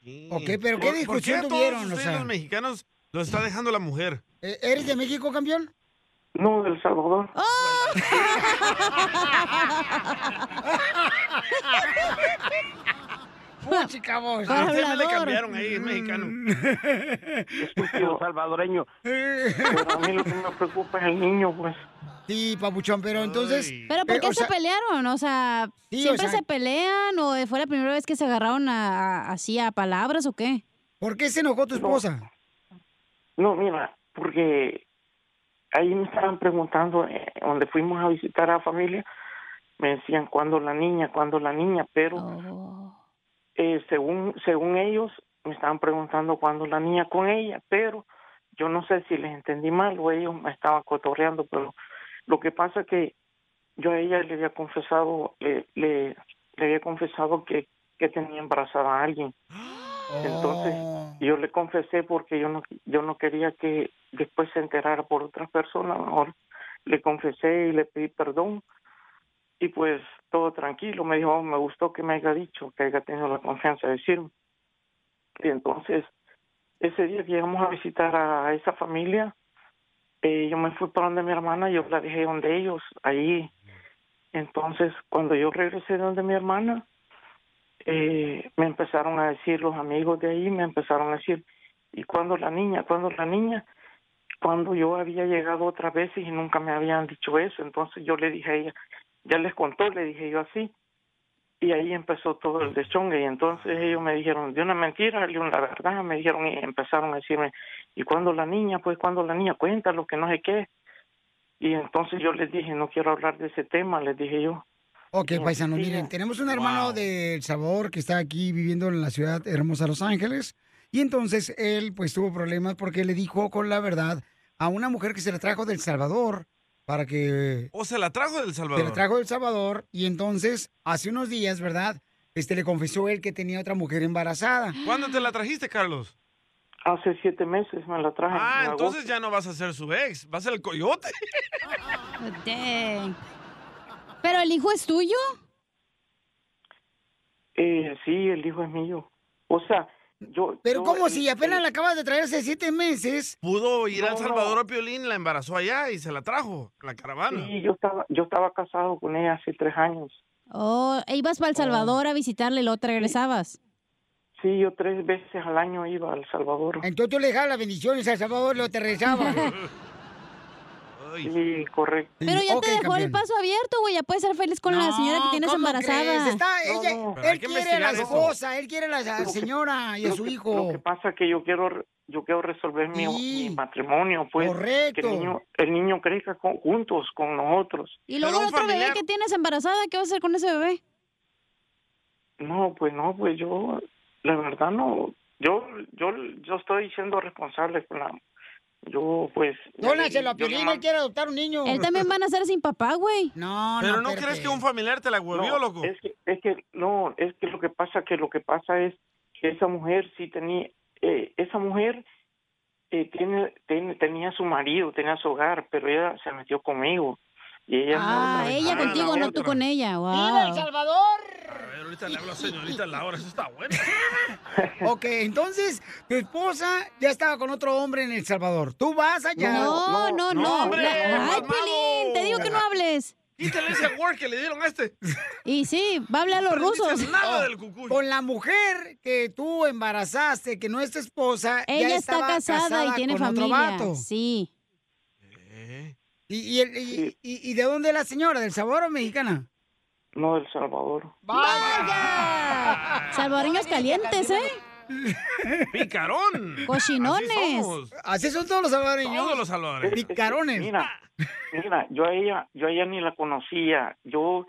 Ok, pero ¿qué ¿Por- por discusión qué a tuvieron? Todos O ustedes, sea. los mexicanos lo está dejando la mujer. Eh, ¿Eres de México, campeón? No, del Salvador. puchica, vos. A usted me le cambiaron ahí, es mexicano. Mm. estúpido salvadoreño. Pero a mí lo que me preocupa es el niño, pues. Sí, papuchón, pero entonces... Pues, ¿Pero por eh, qué o se sea- pelearon? O sea, Sí, o ¿siempre sea- se pelean o fue la primera vez que se agarraron a- a- así a palabras o qué? ¿Por qué se enojó tu esposa? No, mira, porque ahí me estaban preguntando, eh, donde fuimos a visitar a la familia, me decían, ¿cuándo la niña? ¿Cuándo la niña? Pero eh, según, según ellos, me estaban preguntando cuándo la niña con ella, pero yo no sé si les entendí mal o ellos me estaban cotorreando, pero lo que pasa es que yo a ella le había confesado, le, le, le había confesado que, que tenía embarazada a alguien. Entonces, yo le confesé porque yo no, yo no quería que después se enterara por otras personas. Mejor le confesé y le pedí perdón. Y pues todo tranquilo. Me dijo, "Oh, me gustó que me haya dicho, que haya tenido la confianza de decirme. Y entonces, ese día que llegamos a visitar a esa familia, eh, yo me fui para donde mi hermana, yo la dejé donde ellos, ahí. Entonces, cuando yo regresé donde mi hermana, eh, me empezaron a decir los amigos de ahí, me empezaron a decir, ¿y cuándo la niña? ¿Cuándo la niña? Cuando yo había llegado otras veces y nunca me habían dicho eso, entonces yo le dije a ella, ya les contó, le dije yo así, y ahí empezó todo el deschongue, y entonces ellos me dijeron, de una mentira, de una verdad, me dijeron y empezaron a decirme, ¿y cuándo la niña? Pues cuando la niña cuenta lo que no sé qué. Y entonces yo les dije, no quiero hablar de ese tema, les dije yo. Ok, paisanos, Sí. miren, tenemos un hermano de El Salvador que está aquí viviendo en la ciudad hermosa Los Ángeles. Y entonces él, pues, tuvo problemas porque le dijo con la verdad a una mujer que se la trajo del Salvador para que O se la trajo del se Salvador. la trajo del Salvador. Y entonces, hace unos días, ¿verdad? Este le confesó él que tenía otra mujer embarazada. ¿Cuándo te la trajiste, Carlos? Hace siete meses me la traje. Ah, en entonces ya no vas a ser su ex, vas a ser el coyote. Oh, Dang. ¿Pero el hijo es tuyo? Eh, sí, el hijo es mío. O sea, yo. Pero yo, ¿cómo eh, si apenas la acabas de traer hace siete meses? Pudo ir No, al no. Salvador a Piolín, la embarazó allá y se la trajo, la caravana. Sí, yo estaba, yo estaba casado con ella hace tres años. ¿O Oh, e ibas Oh. para El Salvador a visitarle y luego te regresabas? Sí, yo tres veces al año iba al Salvador. Entonces tú le dejabas las bendiciones al Salvador, lo te rezaba. Sí, correcto. Pero ya te dejó el paso abierto, güey. Ya puedes ser feliz con la señora que tienes ¿cómo crees? embarazada. Está- ella- Pero él hay que quiere a investigar la eso. esposa, él quiere a la señora y a Lo su que- Lo hijo. que pasa es que yo quiero, yo quiero resolver mi, mi matrimonio, pues. Correcto. Que el niño, el niño crezca con- juntos con nosotros. Y luego el otro bebé que tienes embarazada, ¿qué vas a hacer con ese bebé? No, pues no, pues yo, la verdad no, yo, yo, yo estoy siendo responsable con la, yo pues. Dónaselo a yo Piolín, nomás- él quiere adoptar un niño. Él también van a ser sin papá, güey. No, Pero no crees que un familiar te la huevió, No, loco. Es que, es que no, es que lo que pasa que lo que pasa es que esa mujer sí tenía, eh, esa mujer eh, tiene, tiene- tenía su marido, tenía su hogar, pero ella se metió conmigo y ella. Ah, ella contigo, no tú con ella. Wow. ¡Viva El Salvador! A ver, ahorita le hablo a señorita Laura, eso está bueno. Ok, entonces tu esposa ya estaba con otro hombre en El Salvador. Tú vas allá. No, no, no. La- Ay, Pelín, te digo que no hables. Quítale ese work que le dieron a este. Y sí, va a hablar a los rusos. Oh, Con la mujer que tú embarazaste, que no es tu esposa, ya Ella está estaba casada y tiene con otro familia, vato. Sí. ¿Y, y el- y- y- y de dónde es la señora? ¿Del Salvador o mexicana? No, El Salvador. ¡Vaya! Salvadoreños calientes, ¿eh? ¡Picarón! Así somos. Así son todos los salvadoreños. Todos los salvadoreños. Picarones. Mira, mira, yo a ella, yo a ella ni la conocía. Yo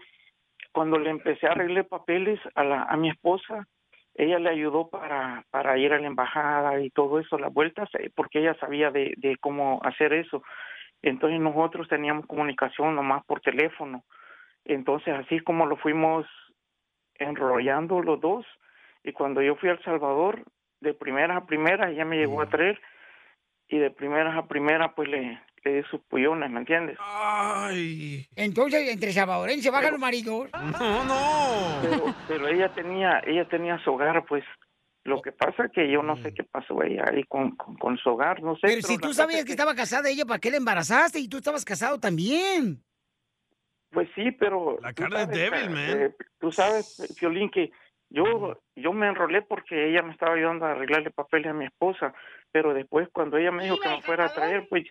cuando le empecé a arreglar papeles a la, a mi esposa, ella le ayudó para, para ir a la embajada y todo eso, las vueltas, eh, porque ella sabía de, de cómo hacer eso. Entonces nosotros teníamos comunicación nomás por teléfono. Entonces así como lo fuimos enrollando los dos, y cuando yo fui a El Salvador, de primeras a primeras, ella me llegó a traer, y de primeras a primeras, pues le, le di sus pullones, ¿me entiendes? Ay. Entonces, entre salvadoreños se bajan los maridos. No, no. Pero, pero ella tenía, ella tenía su hogar, pues. Lo que pasa es que yo no sé qué pasó ella ahí con, con, con su hogar, no sé. Pero si la tú cosa sabías es que estaba casada ella, ¿para qué la embarazaste? Y tú estabas casado también. Pues sí, pero... La tú carne es sabes, débil, ca- man. eh, tú sabes, Fiolín, que Yo, yo me enrolé porque ella me estaba ayudando a arreglarle papeles a mi esposa, pero después cuando ella me dijo que me fuera a traer, pues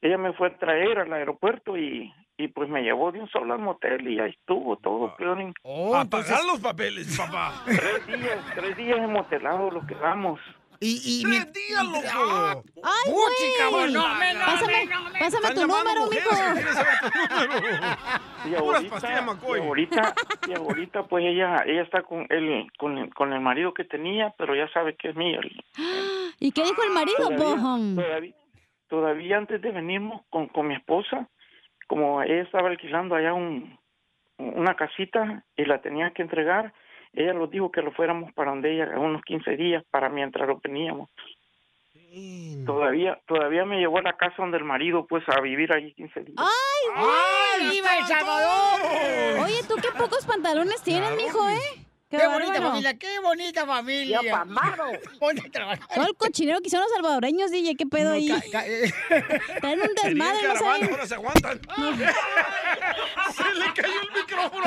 ella me fue a traer al aeropuerto y, y pues me llevó de un solo al motel y ahí estuvo todo, Piolín. Ah. a pagar los papeles, papá. Tres días, tres días hemotelados los quedamos. Y, ¡Tres días, loco! ¡Ay, güey! cabrón, no, me, no, pásame, pásame Están tu llamando número, mujeres mijo. que quieren saber tu número. Y Puras ahorita, pastillas y ahorita, y ahorita, pues ella, ella está con el, con el, con el marido que tenía, pero ya sabe que es mío. ¿Y qué dijo el marido, Todavía, Bohom? todavía, todavía antes de venirnos con, con mi esposa, como ella estaba alquilando allá un, una casita y la tenía que entregar, ella nos dijo que lo fuéramos para donde ella, unos 15 días para mientras lo veníamos. Todavía, todavía me llevó a la casa donde el marido, pues, a vivir allí 15 días. ¡Ay, güey! ¡Viva El Salvador! Oye, tú qué pocos pantalones tienes, mijo, ¿eh? Qué, bonita familia, qué bonita familia. Ya pamado. Ponte a trabajar. Todo el cochinero que hicieron los salvadoreños, DJ, ¿qué pedo ahí? eh. Traen un desmadre, Tenían no caravana, saben. ahora se aguantan. Ah, Se le cayó el micrófono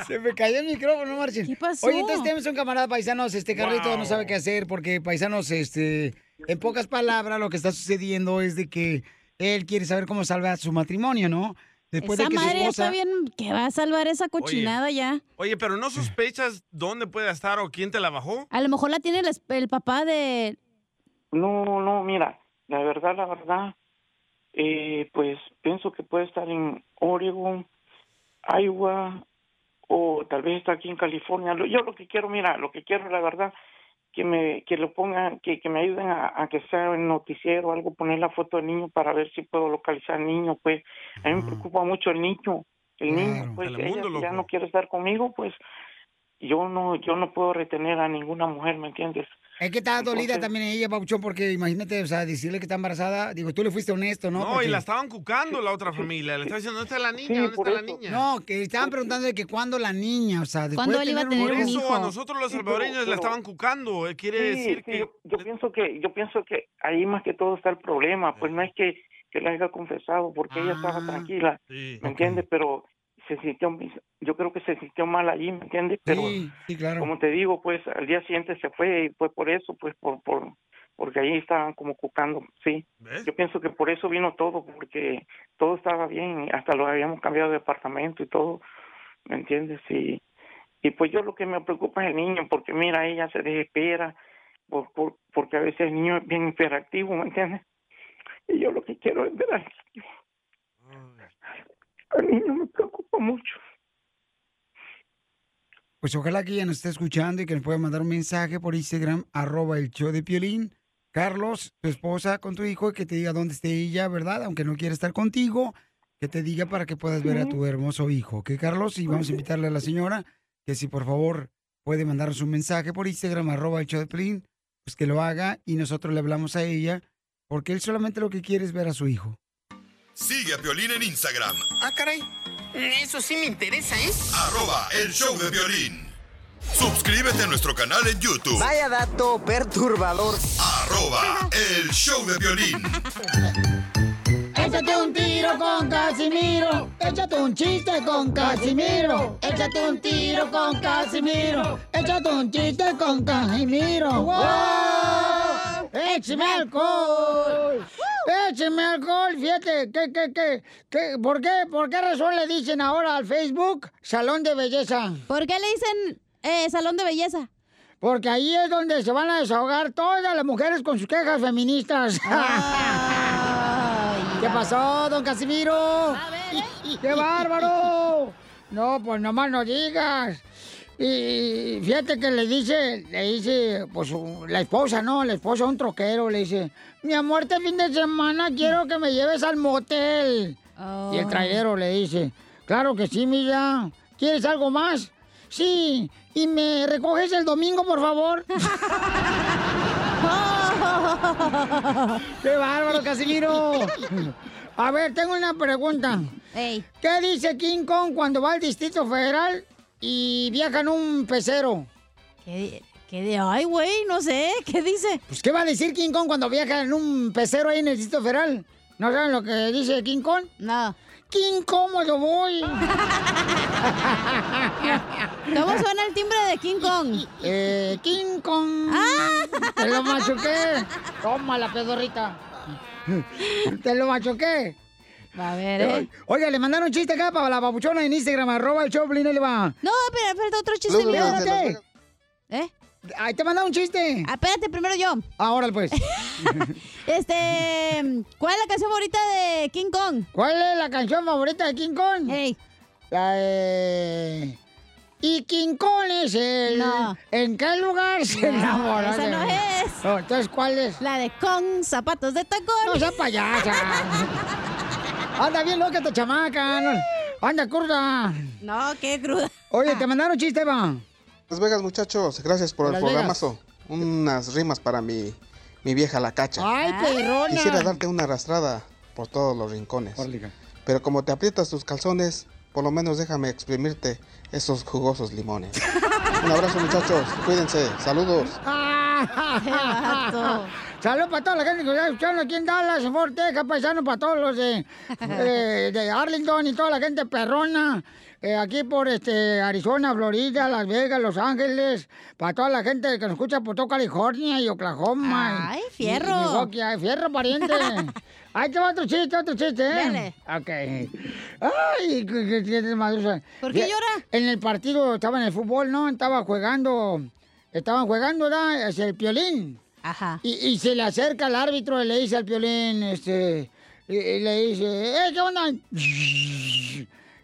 a Se me cayó el micrófono, Marcin. ¿Qué pasó? Oye, entonces tenemos un camarada paisanos, este Carlito Wow. no sabe qué hacer porque paisanos, este, en pocas palabras lo que está sucediendo es de que él quiere saber cómo salvar su matrimonio, ¿no? Después Esa de que su madre ya esposa... está bien que va a salvar esa cochinada ya. Oye, pero ¿no sospechas dónde puede estar o quién te la bajó? A lo mejor la tiene el, es- el papá de... No, no, mira, la verdad, la verdad, eh, pues pienso que puede estar en Oregon, Iowa, o tal vez está aquí en California. Lo- Yo lo que quiero, mira, lo que quiero, la verdad, que me que lo pongan, que, que me ayuden a, a que sea en noticiero o algo, poner la foto del niño para ver si puedo localizar al niño, pues. A mí me preocupa mucho el niño, el niño, pues, ella Telemundo, ya loco. no quiere estar conmigo, pues. Yo no, yo no puedo retener a ninguna mujer, ¿me entiendes? Es que está dolida también ella, Pauchón, porque imagínate, o sea, decirle que está embarazada, digo, tú le fuiste honesto, ¿no? No, Porque- y la estaban cucando la otra familia. Le estaba diciendo, ¿dónde está la niña? Sí, ¿Dónde por está la eso. niña? No, que estaban preguntando de que cuándo la niña, o sea, después ¿Cuándo de él iba a tener Por un eso hijo. a nosotros los salvadoreños la pero- estaban cucando. Eh, Quiere Sí, decir sí, que... pues yo, yo pienso que yo pienso que ahí más que todo está el problema pues no es que yo la haya confesado porque ella Ah, estaba tranquila me entiendes pero se sintió yo creo que se sintió mal allí me entiendes pero como te digo pues al día siguiente se fue y fue por eso pues por por porque ahí estaban como cucando sí yo pienso que por eso vino todo porque todo estaba bien hasta lo habíamos cambiado de departamento y todo me entiendes y y pues yo lo que me preocupa es el niño porque mira ella se desespera por, por- porque a veces el niño es bien hiperactivo, ¿me entiendes? Y yo lo que quiero es ver al niño. Al niño me preocupa mucho. Pues ojalá que ella nos esté escuchando y que nos pueda mandar un mensaje por Instagram, arroba el show de Piolín. Carlos, tu esposa con tu hijo, y que te diga dónde esté ella, ¿verdad? Aunque no quiera estar contigo, que te diga para que puedas ver a tu hermoso hijo. ¿Ok, Carlos? Y vamos a invitarle a la señora que si por favor puede mandarnos un mensaje por Instagram, arroba el show de Piolín, pues que lo haga y nosotros le hablamos a ella, porque él solamente lo que quiere es ver a su hijo. Sigue a Piolín en Instagram, Ah, caray. Eso sí me interesa, ¿eh? arroba el show de Piolín. Suscríbete a nuestro canal en YouTube. Vaya dato perturbador. Arroba el show de Piolín. Échate un tiro con Casimiro. Échate un chiste con Casimiro. Échate un tiro con Casimiro. Échate un chiste con Casimiro. ¡Wow! ¡Échame alcohol! ¡Échame alcohol! Fíjate, ¿qué, qué, qué, qué? ¿Por qué? ¿Por qué razón le dicen ahora al Facebook Salón de Belleza? ¿Por qué le dicen eh, Salón de Belleza? Porque ahí es donde se van a desahogar todas las mujeres con sus quejas feministas. Ah. ¿Qué pasó, don Casimiro? ¡Qué bárbaro! No, pues nomás no digas. Y y fíjate que le dice, le dice, pues su- la esposa, ¿no? La esposa, un troquero, le dice, mi amor, este fin de semana quiero que me lleves al motel. Oh. Y el trailero le dice, claro que sí, mira, ¿quieres algo más? Sí, y me recoges el domingo, por favor. ¡Qué bárbaro, Casimiro! A ver, tengo una pregunta. ¿Qué dice King Kong cuando va al Distrito Federal y viaja en un pecero? ¿Qué, de... Ay, güey, no sé. ¿Qué dice? Pues, ¿qué va a decir King Kong cuando viaja en un pecero ahí en el Distrito Federal? ¿No saben lo que dice King Kong? No. fucking cómodo voy. ¿Cómo suena el timbre de King Kong? Ah. Eh, King Kong. Te lo machuqué. Toma la pedorrita. Te lo machuqué. A ver, eh. Oiga, le mandaron un chiste acá para la babuchona en Instagram, arroba el Choplin, ahí le va. No, espera, falta otro chiste Luego, mío. luego, Espérate. ¿Eh? Ahí te mandaron un chiste. Espérate, primero yo. Ahora pues. este, ¿cuál es la canción favorita de King Kong? ¿Cuál es la canción favorita de King Kong? Hey. La de... Y King Kong es el... No. ¿En qué lugar se enamoró? esa de no mí? es. No, entonces, ¿cuál es? La de Kong, zapatos de tacón. No, esa payasa. Anda bien loca esta chamaca. no- Anda cruda. No, qué cruda. Oye, te mandaron un chiste, va. Las Vegas, muchachos, gracias por Las el Vegas. programazo. Unas rimas para mi, mi vieja la cacha. Ay, perrona. Quisiera darte una arrastrada por todos los rincones. Pero como te aprietas tus calzones, por lo menos déjame exprimirte esos jugosos limones. Un abrazo, muchachos. Cuídense. Saludos. vato. Saludos para toda la gente que está escuchando aquí en Dallas, en Fort Texas, paisano, para todos los de, eh, de Arlington y toda la gente perrona. eh, aquí por este Arizona, Florida, Las Vegas, Los Ángeles, para toda la gente que nos escucha por toda California y Oklahoma. y- Ay, y- fierro. y Milwaukee, ay, fierro, pariente. Ahí te va otro chiste, otro chiste, Dale. ¿eh? Ok. Ay, qué, qué- qué desmadrosa. ¿Por qué Ya- llora? En el partido, estaba en el fútbol, ¿no? Estaba jugando, estaban jugando, ¿verdad? Es el piolín. Ajá. Y, y se le acerca al árbitro y le dice al piolín, este, y, y le dice, ¡eh, qué onda!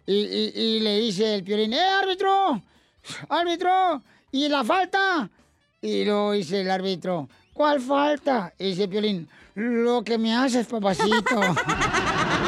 Y, y- y le dice el piolín, ¡eh, árbitro! ¡Árbitro! ¿Y la falta? Y lo dice el árbitro, ¿cuál falta? Y dice el piolín, lo que me haces, papacito.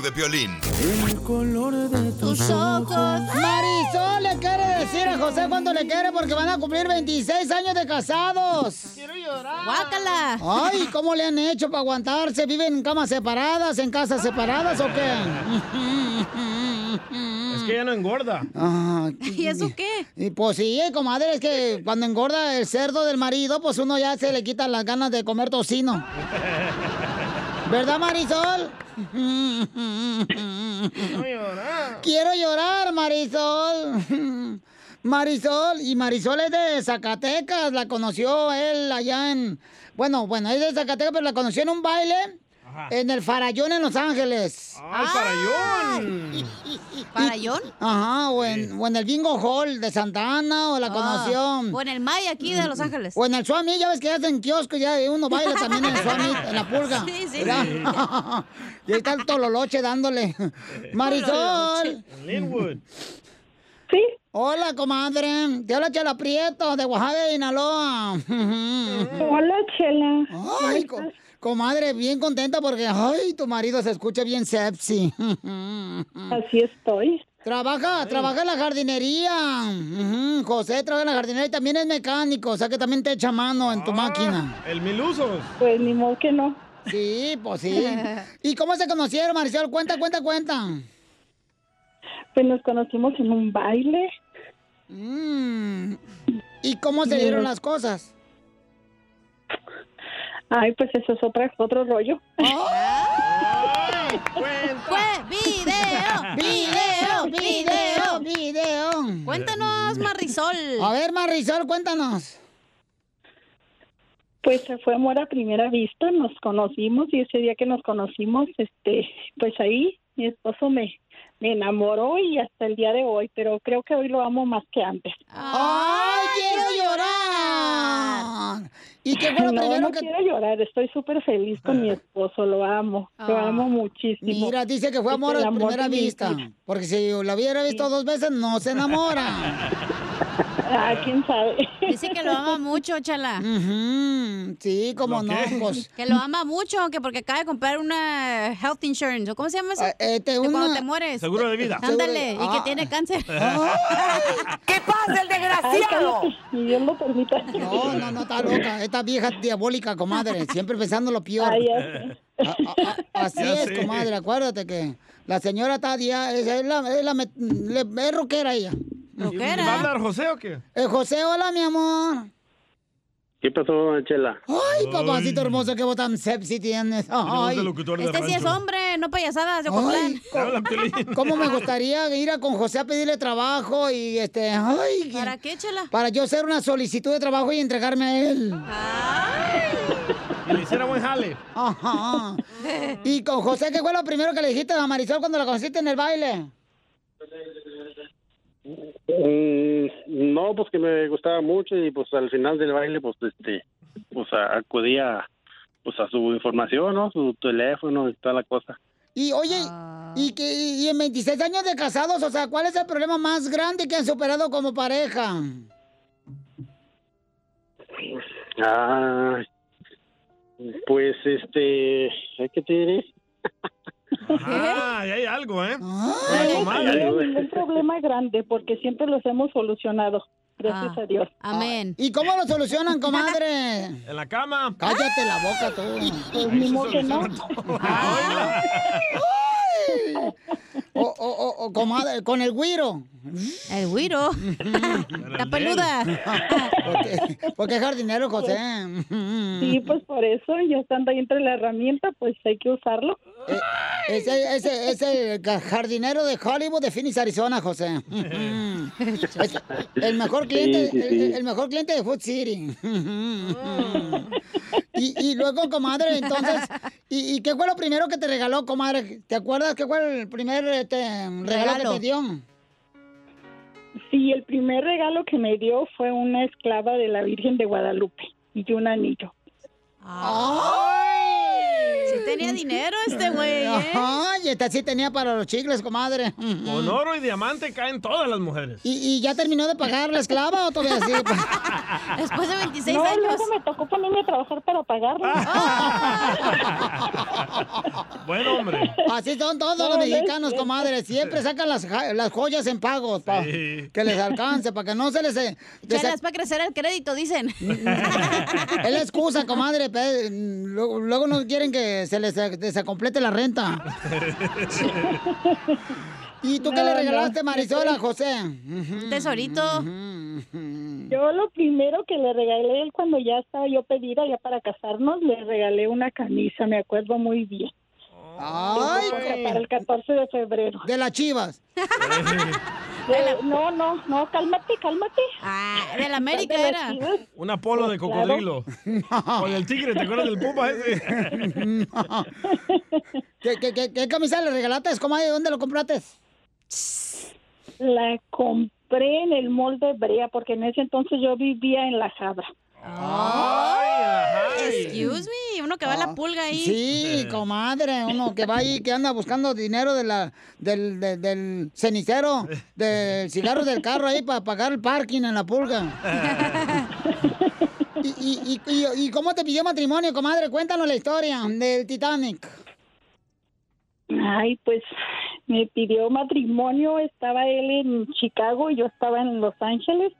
de violín. Tus ojos. Marisol le quiere decir a José cuánto le quiere porque van a cumplir 26 años de casados. Quiero llorar. Guácala. Ay, ¿cómo le han hecho para aguantarse? ¿Viven en camas separadas, en casas separadas o qué? Es que ella no engorda. ¿Y eso qué? Y pues sí, eh, comadre, es que cuando engorda el cerdo del marido, pues uno ya se le quita las ganas de comer tocino. ¿Verdad, Marisol? Quiero llorar, Marisol. Marisol, y Marisol es de Zacatecas, la conoció él allá en... Bueno, bueno, es de Zacatecas, pero la conoció en un baile en el Farallón en Los Ángeles. ¡Ah, el farallón! ¿Farallón? Ajá, o en, o en el Bingo Hall de Santa Ana, o la Ah, conoció... o en el May aquí de Los Ángeles. O en el Suami, ya ves que hacen kiosco, ya uno baila también en el Suami, en la pulga. Sí, sí. ¿verdad? y ahí está el tololoche dándole. Marisol. Linwood. Sí. Hola, comadre. Te habla Chela Prieto, de Oaxaca, de Sinaloa. Hola, Chela. Ay, co- comadre, bien contenta porque, ay, tu marido se escucha bien sepsi. Así estoy. Trabaja, trabaja en la jardinería. Ujú, José trabaja en la jardinería y también es mecánico, o sea que también te echa mano en tu máquina. El milusos. Ah. Pues ni modo que no. Sí, pues sí. ¿Y cómo se conocieron, Marisol? Cuenta, cuenta, cuenta. Pues nos conocimos en un baile. Mm. ¿Y cómo se dieron las cosas? Ay, pues eso es otra, otro rollo. Oh. Fue video, video, video. video. Cuéntanos, Marisol. A ver, Marisol, cuéntanos. Pues fue amor a primera vista, nos conocimos y ese día que nos conocimos, este, pues ahí mi esposo me, me enamoró y hasta el día de hoy, pero creo que hoy lo amo más que antes. Ah, ¡Ay, quiero llorar! ¿Y qué fue lo no, primero no que- quiero llorar, estoy súper feliz con mi esposo, lo amo, lo Ah. amo muchísimo. Mira, dice que fue Es amor el a amor primera de mi vista. vida. Porque si lo hubiera visto dos veces, no se enamora. Ah, quién sabe. Dice que lo ama mucho, chala. Sí, cómo ¿Lo no, qué? pues. Que lo ama mucho, que porque acaba de comprar una health insurance. ¿o ¿Cómo se llama eso? de cuando te mueres. Seguro de vida. Ándale, Seguro- y que Ah. tiene cáncer. Ah, ¿Qué pasa, el Ay, cállate, Ni Dios lo permita. No, no, no, está loca. Esta vieja diabólica, comadre. Siempre pensando lo peor. Ay, ya A- a- a- así Ya es, sé. comadre. Acuérdate que la señora está dia- es, es la, es, la met- le- es rockera ella. ¿Y ¿Va a hablar José o qué? Eh, José, hola, mi amor. ¿Qué pasó, Chela? Ay, papacito hermoso, qué botán sepsi tienes. Ay. de locutor de Este sí es rancho. hombre, no payasadas de Ocotlán. Ay, co- ¿Cómo me gustaría ir a con José a pedirle trabajo y este, ay, que- ¿Para qué, chela? para yo hacer una solicitud de trabajo y entregarme a él. Y le hiciera buen jale. Ajá. Y con José, ¿qué fue lo primero que le dijiste a Marisol cuando la conociste en el baile? Mm, no, pues que me gustaba mucho y pues al final del baile pues este pues a- acudía pues a su información, ¿no? Su teléfono y toda la cosa. Y oye, Ah. y, que, y en 26 años de casados, o sea, ¿cuál es el problema más grande que han superado como pareja? Ah, pues este, ¿eh, ¿qué te diré? Ah, ahí hay algo, ¿eh? Ah. Ay, Con la no comadre. hay ningún problema grande porque siempre los hemos solucionado. Gracias Ah, a Dios. Amén. ¿Y cómo lo solucionan, comadre? En la cama. Cállate la boca tú. Pues ni modo que no. O, o, o, o, comadre, con el güiro. El güiro. Está peluda. Porque es jardinero, José. Sí, pues por eso, ya estando ahí entre la herramienta, pues hay que usarlo. Eh, Es, es- es- es el ca- jardinero de Hollywood de Phoenix, Arizona, José. Es el mejor cliente, Sí, sí, sí. El, el mejor cliente de Food City. Mm. y, y luego, comadre, entonces, ¿y, y qué fue lo primero que te regaló, comadre? ¿Te acuerdas qué fue el primer este, regalo, Regalo. que te dio? Sí, el primer regalo que me dio fue una esclava de la Virgen de Guadalupe y un anillo. Sí tenía dinero este güey, ¿eh? Ay, esta sí tenía para los chicles, comadre. Con oro y diamante caen todas las mujeres. ¿Y, y ya terminó de pagar la esclava o todavía sí? Después de 26 No, años. Ah. luego me tocó ponerme a trabajar para pagarlo. Buen hombre. Así son todos No, los no es mexicanos, cierto. comadre. Siempre sacan las, ja- las joyas en pagos pa- Sí. que les alcance, para que no se les... eh, Ya desa- las va a crecer el crédito, dicen. Es la excusa, comadre. pe- Luego, luego no quieren que se les eh, desacomplete la renta. ¿Y tú qué No, le regalaste, no. Marisol, a José? Tesorito. Yo lo primero que le regalé él cuando ya estaba yo pedida ya para casarnos, le regalé una camisa, me acuerdo muy bien. Ay. Para el 14 de febrero. De las chivas. De- no, no, no, cálmate, cálmate. Ah, de la América De las era. Chivas. Un Apolo de Claro. cocodrilo. Con el tigre, ¿te acuerdas del Pumba ese? ¿Qué, qué, qué- qué camisa le regalaste, comadre? ¿Dónde lo compraste? La compré en el mall de Brea porque en ese entonces yo vivía en La Jabra. Excuse me, uno que va a la pulga ahí. Sí, comadre, uno que va ahí, que anda buscando dinero de la, del, de- del cenicero, del cigarro del carro ahí para pagar el parking en la pulga. ¿Y, y, y, y- y cómo te pidió matrimonio, comadre? Cuéntanos la historia del Titanic. Ay, pues me pidió matrimonio, estaba él en Chicago y yo estaba en Los Ángeles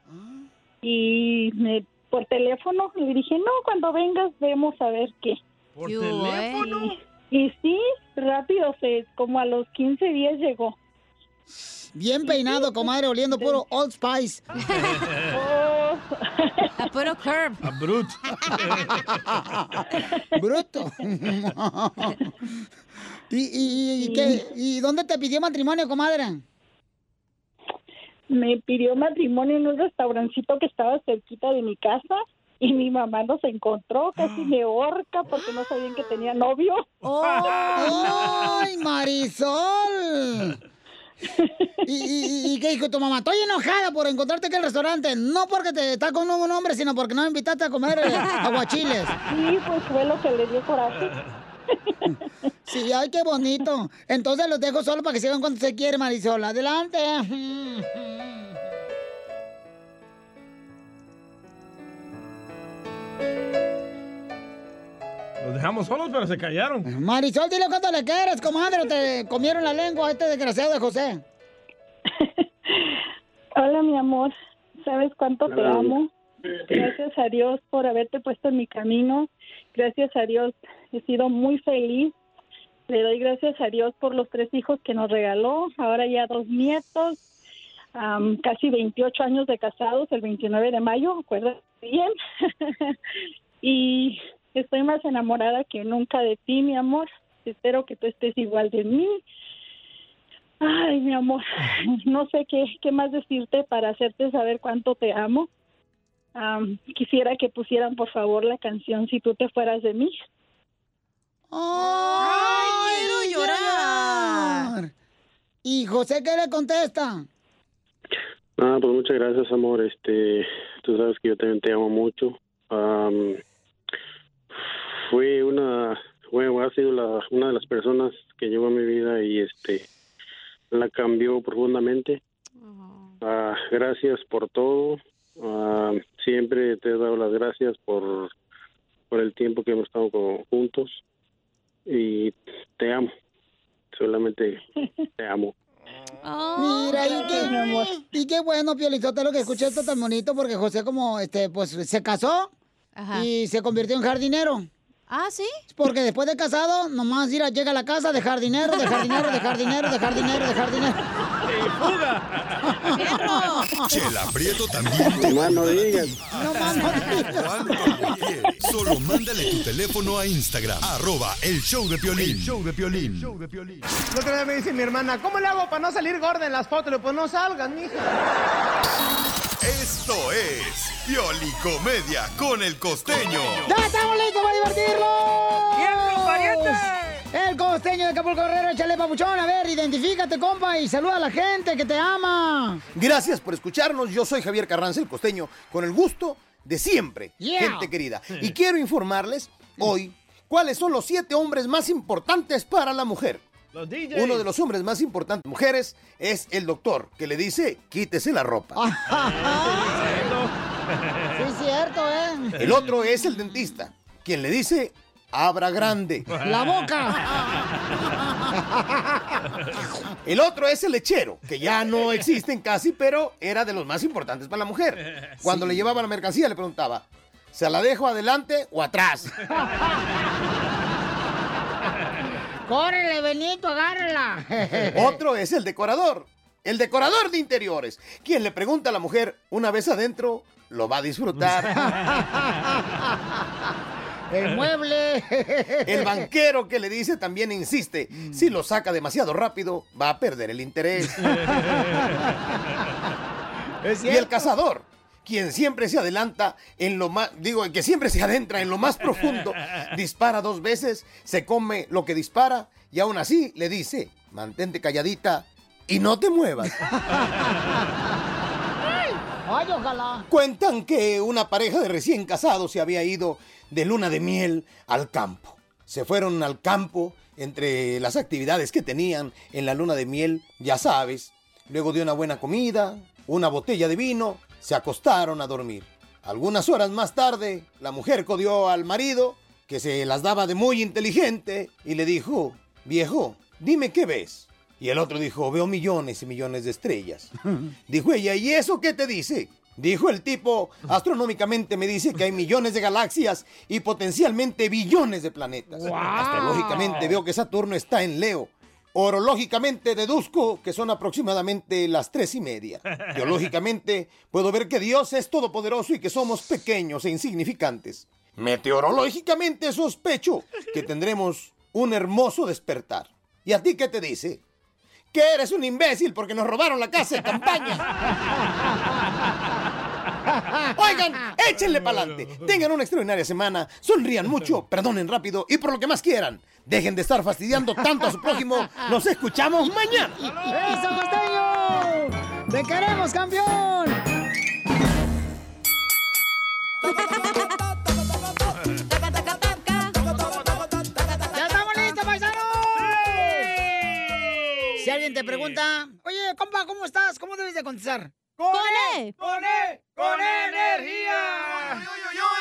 y me por teléfono le dije, no, cuando vengas vemos a ver qué. ¿Por ¿Qué hubo, teléfono? Y sí, rápido, se, como a los 15 días llegó. Bien peinado, comadre, oliendo puro Old Spice. A puro curb. A Brut. Bruto. ¿Y, y, y qué- ¿Y dónde te pidió matrimonio, comadre? Me pidió matrimonio en un restaurancito que estaba cerquita de mi casa y mi mamá nos encontró, casi me horca porque no sabían que tenía novio. ¡Ay, Marisol! ¿Y, y, y- y qué dijo tu mamá? Estoy enojada por encontrarte aquí en el restaurante. No porque te estás con un hombre, sino porque no me invitaste a comer eh, aguachiles. Sí, pues fue lo que le dio coraje. Sí, ay, qué bonito. Entonces los dejo solo para que sigan cuando se quiere, Marisol. Adelante. Los dejamos solos, pero se callaron. Marisol, dile cuánto le quieres, comadre. o Te comieron la lengua a este desgraciado de José. Hola, mi amor. ¿Sabes cuánto te Hola. amo? Gracias a Dios por haberte puesto en mi camino. Gracias a Dios he sido muy feliz. Le doy gracias a Dios por los tres hijos que nos regaló. Ahora ya dos nietos. am, casi 28 años de casados, el 29 de mayo, ¿acuerdas bien? y estoy más enamorada que nunca de ti, mi amor. Espero que tú estés igual de mí. Ay, mi amor, no sé qué, qué más decirte para hacerte saber cuánto te amo. Am, quisiera que pusieran, por favor, la canción Si tú te fueras de mí. ¡Ay, quiero llorar! ¿Y José qué le contesta? Ah, pues muchas gracias, amor. Este, tú sabes que yo también te amo mucho. Am, fue una, bueno, ha sido la, una de las personas que llegó a mi vida y este, la cambió profundamente. Ah, gracias por todo. Ah, siempre te he dado las gracias por, por el tiempo que hemos estado co- juntos y te amo. Solamente te amo. Oh, Mira, y qué, y qué bueno, Piolizotelo, que escuché esto tan bonito, porque José como, este, pues, se casó y se convirtió en jardinero. Ah, ¿sí? Porque después de casado, nomás ir a- llega a la casa, de jardinero, de jardinero, de jardinero, de jardinero, de jardinero. Chela Prieto también te Más no digas. No mames. Solo mándale tu teléfono a Instagram, arroba el show de Piolín. show de Piolín. La otra vez me dice mi hermana, ¿cómo le hago para no salir gorda en las fotos? Le digo, pues no salgan, mija. Esto es Pioli Comedia con el costeño. ¡Ya estamos listos para divertirnos! El costeño de Capul Correro, échale papuchón. A ver, identifícate, compa, y saluda a la gente que te ama. Gracias por escucharnos. Yo soy Javier Carranza, el costeño, con el gusto de siempre, Yeah. gente querida. Y quiero informarles hoy cuáles son los siete hombres más importantes para la mujer. Uno de los hombres más importantes, mujeres, es el doctor, que le dice, quítese la ropa. Sí, es cierto, ¿eh? El otro es el dentista, quien le dice, abra grande. ¡La boca! El otro es el lechero, que ya no existen casi, pero era de los más importantes para la mujer. Cuando le llevaban la mercancía le preguntaba, ¿se la dejo adelante o atrás? ¡Córrele, Benito, agárrala! Otro es el decorador, el decorador de interiores, quien le pregunta a la mujer, una vez adentro, lo va a disfrutar. El mueble. El banquero que le dice también insiste, si lo saca demasiado rápido, va a perder el interés. y el cazador, quien siempre se adelanta en lo más, digo, el que siempre se adentra en lo más profundo, dispara dos veces, se come lo que dispara y aún así le dice, mantente calladita y no te muevas. ¡Ay, ojalá! Cuentan que una pareja de recién casados se había ido de luna de miel al campo. Se fueron al campo entre las actividades que tenían en la luna de miel, ya sabes. Luego de una buena comida, una botella de vino, se acostaron a dormir. Algunas horas más tarde, la mujer codió al marido, que se las daba de muy inteligente, y le dijo, viejo, dime qué ves. Y el otro dijo, veo millones y millones de estrellas. Dijo ella, ¿y eso qué te dice? Dijo el tipo, astronómicamente me dice que hay millones de galaxias y potencialmente billones de planetas. Astrológicamente veo que Saturno está en Leo. Orológicamente deduzco que son aproximadamente las tres y media. Teológicamente puedo ver que Dios es todopoderoso y que somos pequeños e insignificantes. Meteorológicamente sospecho que tendremos un hermoso despertar. ¿Y a ti qué te dice? Que eres un imbécil porque nos robaron la casa de campaña. Oigan, échenle pa'lante. Tengan una extraordinaria semana. Sonrían mucho, perdonen rápido y por lo que más quieran. Dejen de estar fastidiando tanto a su prójimo. Nos escuchamos mañana. ¡Eso, costeño! ¡Te queremos, campeón! ¡Ya estamos listos, paisanos! Si alguien te pregunta, oye, compa, ¿cómo estás? ¿Cómo debes de contestar? ¡Con E! ¡Con E! ¡Con energía!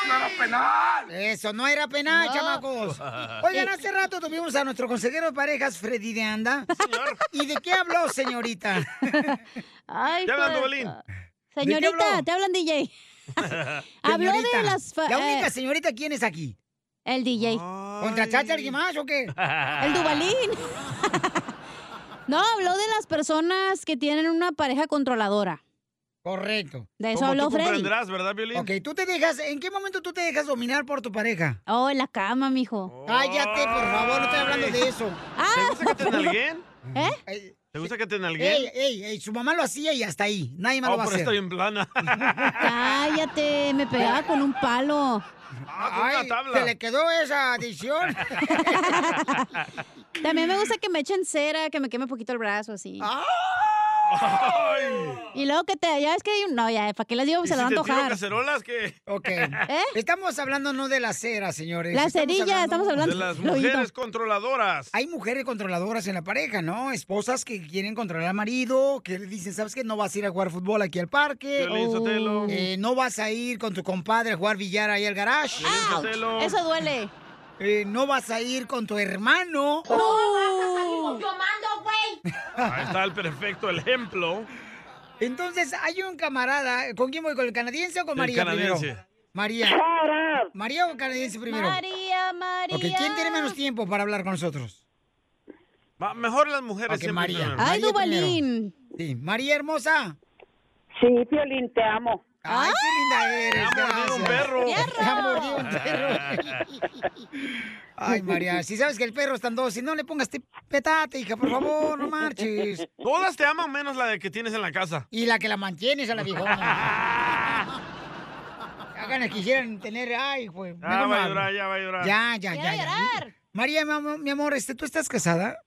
¡No era penal! Eso, no era penal, No. chamacos. Ah. Oigan, hace rato tuvimos a nuestro consejero de parejas, Freddy de Anda. ¿Y de qué habló, señorita? Ay, ¿Te hablan, pues, Duvalín? ah, ¿De qué Señorita, habló? te hablan DJ. Habló de Señorita, las fa- La única eh, señorita, ¿quién es aquí? El ¿Eh? DJ. ¿Contrataste a alguien más o qué? El Dubalín. No, habló de las personas que tienen una pareja controladora. Correcto. De eso Como habló tú Freddy. comprenderás, ¿verdad, Violín? Ok, ¿tú te dejas, en qué momento tú te dejas dominar por tu pareja? Oh, en la cama, Oh. mijo. Cállate, por favor, no estoy hablando de eso. ¿Te gusta que te nalguen? ¿Eh? ¿Te gusta que te nalguen? Ey, ey, ey, su mamá lo hacía y hasta ahí. Nadie más oh, Eh, lo va a pero hacer. está bien plana. Cállate, me pegaba Ah, con un palo. Ah, Ay, se le quedó esa adicción. También me gusta que me echen cera, que me queme poquito el brazo, así. Y luego que te, ya es que, no, ya, ¿para qué les digo? ¿Y Se la si van a te tiro antojar. cacerolas, ¿qué? Ok. ¿Eh? Estamos hablando no de la cera, señores. La cerilla, estamos hablando De las mujeres pues. controladoras. Hay mujeres controladoras en la pareja, ¿no? Esposas que quieren controlar al marido, que le dicen, ¿sabes qué? No vas a ir a jugar fútbol aquí al parque. Piolín Sotelo. Eh, no vas a ir con tu compadre a jugar billar ahí al garage. Eh, Ouch, Sotelo. eso duele. no vas a ir con tu hermano. güey! Ahí está el perfecto ejemplo. Entonces, hay un camarada. ¿Con quién voy? ¿Con el canadiense o con El María primero? canadiense. María. ¿María o canadiense primero? María, María. Ok, ¿quién tiene menos tiempo para hablar con nosotros? Va- mejor las mujeres Ok, siempre María. primero. María primero. Sí, María hermosa. Sí, Piolín, te amo. Ay, qué linda eres. Te ha mordido un perro. Te ha mordido un perro. Ay, María, si sabes que el perro está en dos, si no le pongas te- petate, hija, por favor, no marches. Todas te aman menos la de que tienes en la casa. Y la que la mantienes a la viejona. Hagan quisieran tener, ay, pues. Ah, menos va a mal. llorar, ya va a llorar. Ya, ya, ya. ya. María, mi amor, mi amor, este, ¿tú estás casada?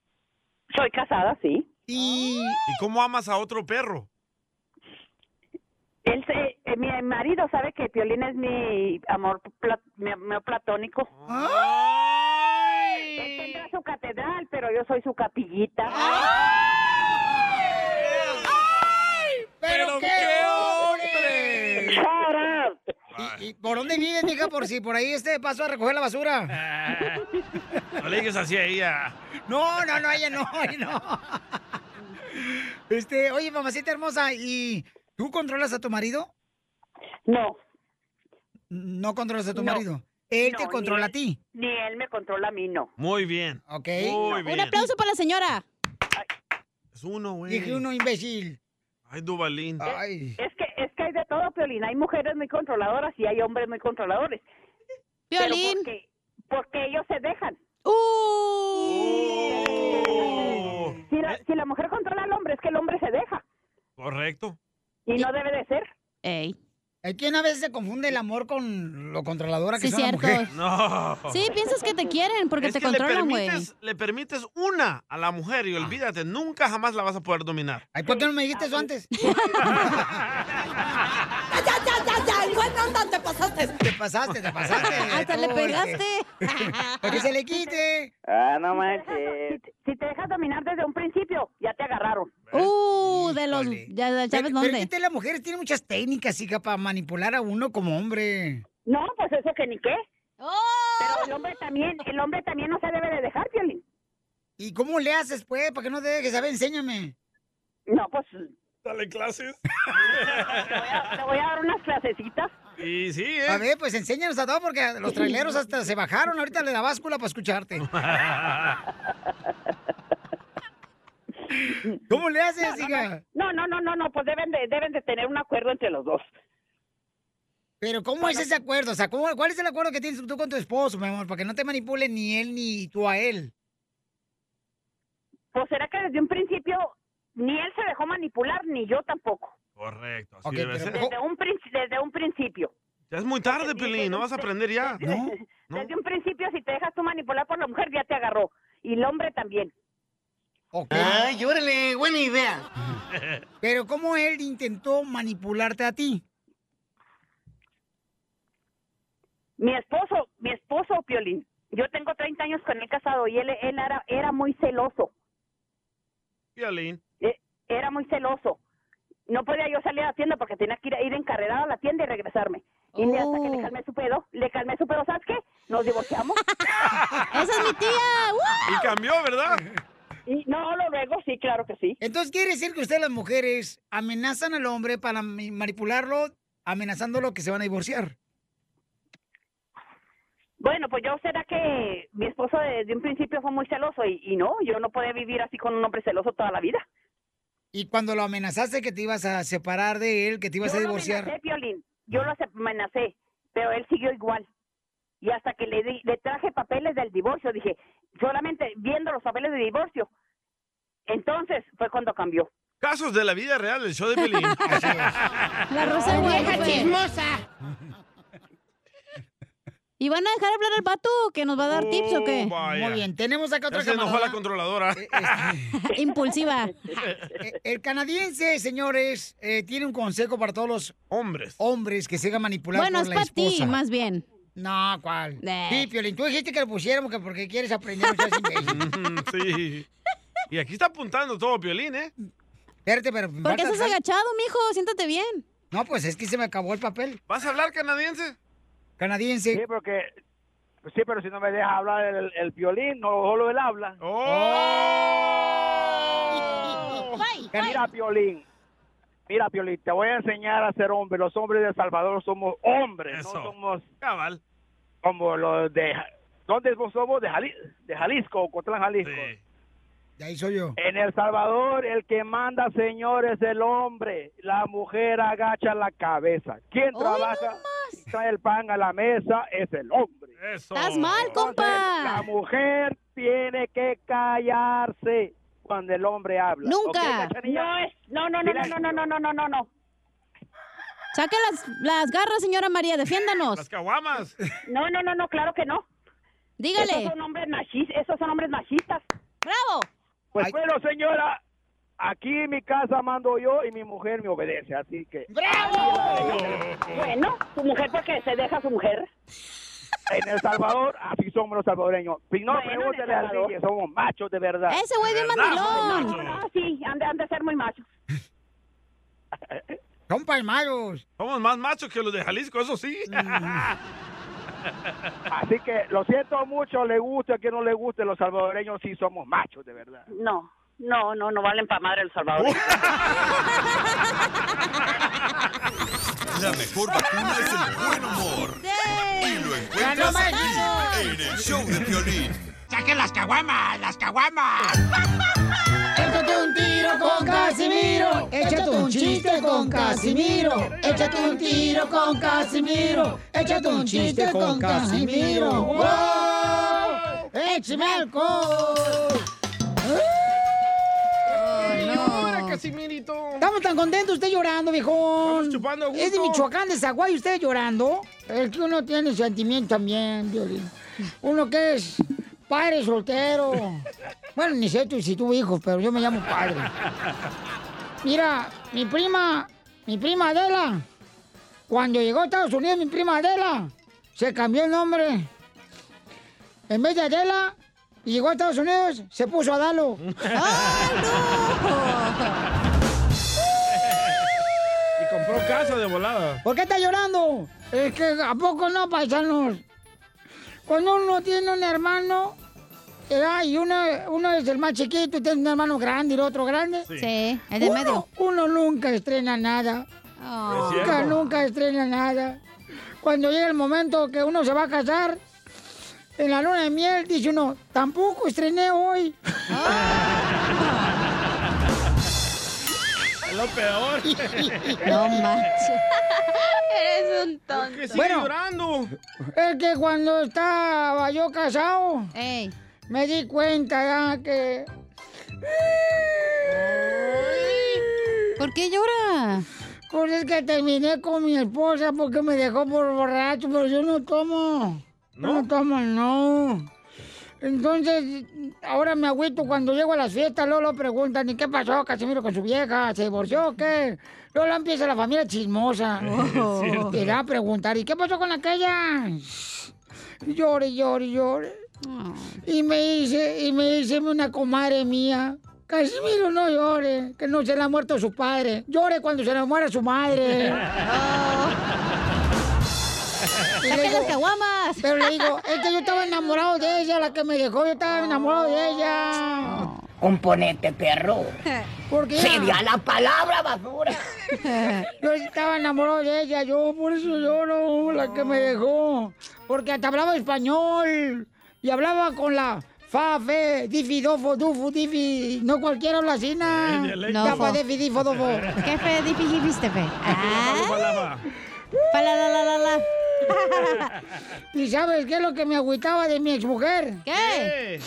Soy casada, sí. Y... ¿Y cómo amas a otro perro? Él se- eh, mi marido sabe que Piolín es mi amor pla- mi amor platónico. Él tendrá su catedral, pero yo soy su capillita. ¡Pero qué hombre! ¿Y, y por dónde vives, mija? Por si por ahí este paso a recoger la basura. Ah, No le digas así a ella. No, no, no, ella no, ella no. Este, oye, mamacita hermosa, ¿y tú controlas a tu marido? No. No controlas a tu No. marido. Él No, te ni controla a él- ti. Ni él me controla a mí, no. Muy bien. Ok. Muy Un bien. Un aplauso para la señora. Es uno, güey. Dije uno, imbécil. Ay, Dubalín. Ay. Es que, es que hay de todo, Piolín. Hay mujeres muy controladoras y hay hombres muy controladores. Piolín. Porque, porque ellos se dejan. ¡Uh! Si, la, ¡Uh! si la mujer controla al hombre, es que el hombre se deja. Correcto. Y no debe de ser. Ey. Es que una vez se confunde el amor con lo controladora que Sí, son las cierto. mujeres. No. Sí, piensas que te quieren porque Es te que controlan, le güey. permites, le permites una a la mujer y olvídate, nunca jamás la vas a poder dominar. Ay, ¿por qué no me dijiste eso antes? ¡Ya, ya, ya, ya! ¡Buen onda, te pasaste! Te pasaste, te pasaste. Ah, Hasta le pegaste. Para que se le quite. Ah, no manches. Si te dejas dominar desde un principio, ya te agarraron. Uh, de los. Ya, ya ¿Eh? Pero, sabes pero dónde. es que las mujeres tienen muchas técnicas, hija, para manipular a uno como hombre. No, pues eso que ni qué. ¡Oh! Pero el hombre también, el hombre también no se debe de dejar, Piolín. ¿Y cómo le haces, pues? ¿Para que no te dejes? A ver, enséñame. No, pues... Dale clases. Te voy a dar unas clasecitas. Y sí, A ¿eh? ver, pues enséñanos a todos porque los traileros hasta se bajaron ahorita de la báscula para escucharte. ¿Cómo le haces, hija? No, no, no, no, no, pues deben de, deben de tener un acuerdo entre los dos. Pero ¿cómo es ese acuerdo? O sea, ¿cómo- ¿cuál es el acuerdo que tienes tú con tu esposo, mi amor? Para que no te manipule ni él ni tú a él. Pues será que desde un principio ni él se dejó manipular, ni yo tampoco. Correcto, así Ok, debe pero ser. Desde un, princi- desde un principio. Ya es muy tarde, Pelín, no vas a aprender ya. Desde un principio, si te dejas tú manipular por la mujer, ya te agarró. Y el hombre también. Ay, órale, buena idea. Pero ¿cómo él intentó manipularte a ti? Mi esposo, mi esposo, Piolín. Yo tengo 30 años con él casado y él, él era, era muy celoso. Piolín. E, Eh, Era muy celoso. No podía yo salir a la tienda porque tenía que ir, ir encarregado a la tienda y regresarme. Y ni hasta que Oh. le calmé su pedo, le calmé su pedo, ¿sabes qué? Nos divorciamos. ¡Esa es mi tía! Uh. Y cambió, ¿verdad? Y no, lo luego sí, claro que sí. Entonces quiere decir que ustedes las mujeres amenazan al hombre para mi- manipularlo, amenazándolo que se van a divorciar. Bueno, pues yo será que mi esposo desde un principio fue muy celoso y, y no, yo no podía vivir así con un hombre celoso toda la vida. Y cuando lo amenazaste que te ibas a separar de él, que te ibas yo a lo divorciar. amenacé, Piolín. Yo lo amenacé, pero él siguió igual. Y hasta que le, di- le traje papeles del divorcio, dije, solamente viendo los papeles de divorcio. Entonces fue cuando cambió. Casos de la vida real, el show de Pelín. La Rosa de Guadalupe. ¿Y van a dejar hablar al vato que nos va a dar tips o qué? Oh, vaya. Muy bien, tenemos acá Ya se enojó la controladora. Impulsiva. Eh, El canadiense, señores, eh, tiene un consejo para todos los hombres hombres que se hagan manipular Bueno, por es la para ti, esposa. más bien. Eh. No, ¿cuál? Sí, Piolín, tú dijiste que lo pusiéramos que porque quieres aprender. no seas imbécil. Mm, sí. Y aquí está apuntando todo Piolín, ¿eh? Espérate, pero... ¿Por qué estás agachado, mijo? Siéntate bien. ¿eh? No, pues es que se me acabó el papel. ¿Vas a hablar canadiense? Canadiense. Sí, porque... Sí, pero si no me deja hablar el, el violín, no solo él habla. ¡Oh! Mira, Piolín. Mira, Piolín, te voy a enseñar a ser hombre. Los hombres de Salvador somos hombres, no Eso. somos cabal. como los de... ¿Dónde vos somos? De, Jali- de Jalisco, Cotlán, Jalisco. De ahí soy yo. En El Salvador, el que manda, señor, es el hombre. La mujer agacha la cabeza. Quien Hoy trabaja y trae el pan a la mesa es el hombre. Eso. Estás mal, compa. La mujer tiene que callarse cuando el hombre habla. Nunca. ¿Ok, cachanilla? no, no, no, no, no, no, no, no, no. Saque las, las garras, señora María, defiéndanos. Las caguamas. No, no, no, no, claro que no. Dígale. Esos son hombres machistas. Esos son hombres machistas. ¡Bravo! Pues bueno, señora, aquí en mi casa mando yo y mi mujer me obedece, así que... Bueno, su mujer porque se deja su mujer. En El Salvador, así somos los salvadoreños. Si no, Bueno, en El pregúntale al Salvador. DJ, somos machos de verdad. Ese güey bien mandilón. No, no, sí, han de, han de ser muy machos. Son Mm. palmaros. Somos más machos que los de Jalisco, eso sí. Así que lo siento mucho, le gusta que no le guste, los salvadoreños sí somos machos de verdad. No, no, no, no valen para madre El Salvador. La mejor vacuna es el buen humor. Y lo ¡Ya no encuentras más! aquí, Eh, en el show de Piolín. ¡Saquen las caguamas! ¡Las caguamas! Échate un tiro con Casimiro. Échate un chiste con Casimiro. Échate un tiro con Casimiro. Échate un chiste con Casimiro. ¡Wow! ¡Échame alcohol! Oh, Llora, Casimirito. Estamos tan contentos, usted llorando, viejón. chupando a gusto. Es de Michoacán, de Zaguay, usted llorando. Es que uno tiene sentimiento también, Violín. Uno que es padre soltero. Bueno, ni sé tú si tuve hijos, pero yo me llamo padre. Mira, mi prima, mi prima Adela, cuando llegó a Estados Unidos, mi prima Adela, se cambió el nombre. En vez de Adela, y llegó a Estados Unidos, se puso Adalo. ¡Ah, Y compró casa de ¿Eh? volada. ¿Por qué está llorando? Es que a poco no, paisanos. Cuando uno tiene un hermano, eh, ah, y uno, uno es el más chiquito y tiene un hermano grande y el otro grande. Sí. Sí, el de uno, medio. Uno nunca estrena nada. Oh. Es Nunca, cierto. nunca estrena nada. Cuando llega el momento que uno se va a casar, en la luna de miel, dice uno, tampoco estrené hoy. Es lo peor. No manches. Eres un tonto. sigue llorando? Es que cuando estaba yo casado, me di cuenta ya que. ¿Por qué llora? Pues es que terminé con mi esposa porque me dejó por borracho, pero yo no tomo. No, tomo, no. Entonces, ahora me agüito cuando llego a las fiestas, Lolo preguntan, ¿y qué pasó Casimiro con su vieja? ¿Se divorció o qué? Lolo empieza la familia chismosa. Es cierto. Te va a preguntar, ¿y qué pasó con aquella? Llore, llore, llore. Y me dice, y me dice una comadre mía, Casimiro, no llore, que no se le ha muerto su padre. Llore cuando se le muera su madre. Y le Saque digo- las caguamas. Pero le digo, es que yo estaba enamorado de ella, la que me dejó, yo estaba enamorado de ella. Componente perro. ¿Por qué? Sería la palabra basura. Yo estaba enamorado de ella, yo por eso lloro, la que me dejó. Porque hasta hablaba español y hablaba con la fa, fe, difi, dofo, dufu, difi. No cualquiera habla así, na. No. Dafa, defi, difo, dofo. ¿Qué fe difícil viste, fe? Ah. Pala, la, la, la, la. ¿Y sabes qué es lo que me agüitaba de mi exmujer? ¿Qué?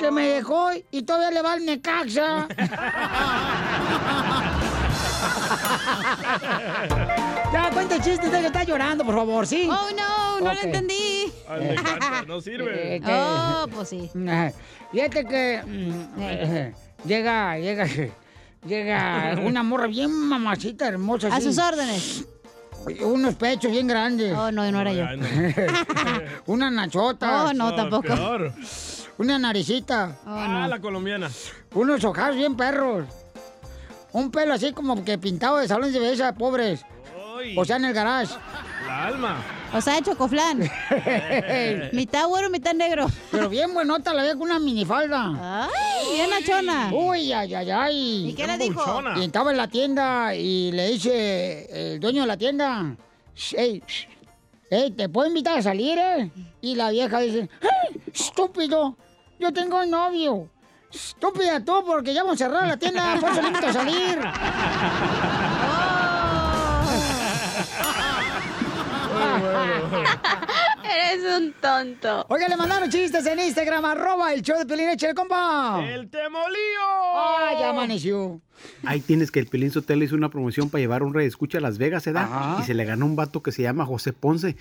Que me dejó y todavía le va al Necaxa. ya, cuenta el chiste, usted que está llorando, por favor, ¿sí? Oh, no, no lo entendí. Al Necaxa, no sirve. Eh, Oh, pues sí. Ajá. Fíjate que mm, eh, llega, llega, llega una morra bien mamacita, hermosa. A así. sus órdenes. Unos pechos bien grandes. Oh, no, no era yo. una nachota. Oh, no, No, tampoco. Oh, peor. Una naricita. ah, la colombiana. Unos ojazos bien perros. Un pelo así como que pintado de salón de belleza, pobres. O sea, en el garage. La alma. Eh, O sea, de chocoflán. mitad güero, mitad negro. Pero bien buenota la veía con una minifalda. Ay, bien nachona. Uy, ay, ay, ay. ¿Y qué le Bien dijo? buchona. Y estaba en la tienda y le dice el dueño de la tienda, hey, hey, ¿te puedo invitar a salir, eh? Y la vieja dice, hey, estúpido, yo tengo un novio. Estúpida tú, porque ya hemos cerrado la tienda, por eso le invito a salir. Eres un tonto. Oiga, le mandaron chistes en Instagram, arroba el show de Pelín Eche, compa. ¡El temolío! ¡Ah, ya amaneció! Ahí tienes que el Pelín Sotelo hizo una promoción para llevar un rey escucha a Las Vegas, ¿eh? Ajá. Y se le ganó un vato que se llama José Ponce.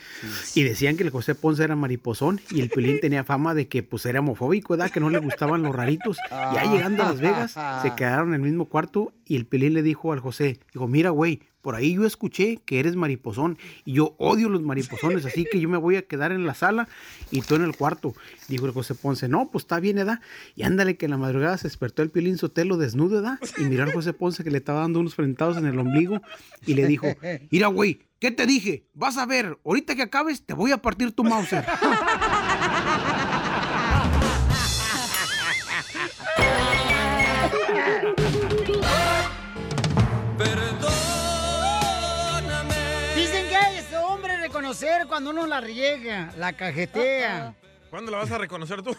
Y decían que el José Ponce era mariposón y el Pelín tenía fama de que pues era homofóbico, ¿verdad? Que no le gustaban los raritos. Y ya llegando a Las Vegas, se quedaron en el mismo cuarto y el Pelín le dijo al José, dijo, mira, güey, por ahí yo escuché que eres mariposón y yo odio los mariposones, así que yo me voy a quedar en la sala y tú en el cuarto. Dijo el José Ponce, no, pues está bien, edad. Y ándale que en la madrugada se despertó el Piolín Sotelo desnudo, edad, y mirar José Ponce que le estaba dando unos frentados en el ombligo y le dijo, mira, güey, ¿qué te dije? Vas a ver, ahorita que acabes te voy a partir tu Mauser. Dicen que es hombre reconocer cuando uno la riega, la cajetea. ¿Cuándo la vas a reconocer tú?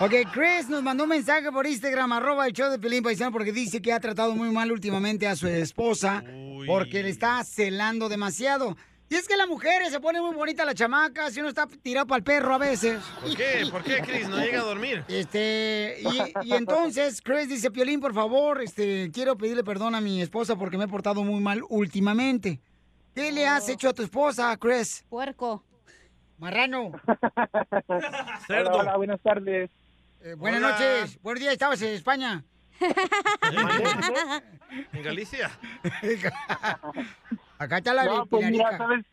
Ok, Chris nos mandó un mensaje por Instagram, arroba el show de Pelín Paisano, porque dice que ha tratado muy mal últimamente a su esposa, porque le está celando demasiado. Y es que las mujeres se pone muy bonita la chamaca, si uno está tirado para el perro a veces. ¿Por qué? ¿Por qué, Chris? No llega a dormir. Este, y, y entonces Chris dice, Piolín, por favor, este, quiero pedirle perdón a mi esposa porque me he portado muy mal últimamente. ¿Qué le has hecho a tu esposa, Chris? Puerco. Marrano. Hola, hola, buenas tardes. Eh, Buenas noches. Buenos días, estabas en España. En Galicia. Acá está la No, pues mira, Pilarica. sabes,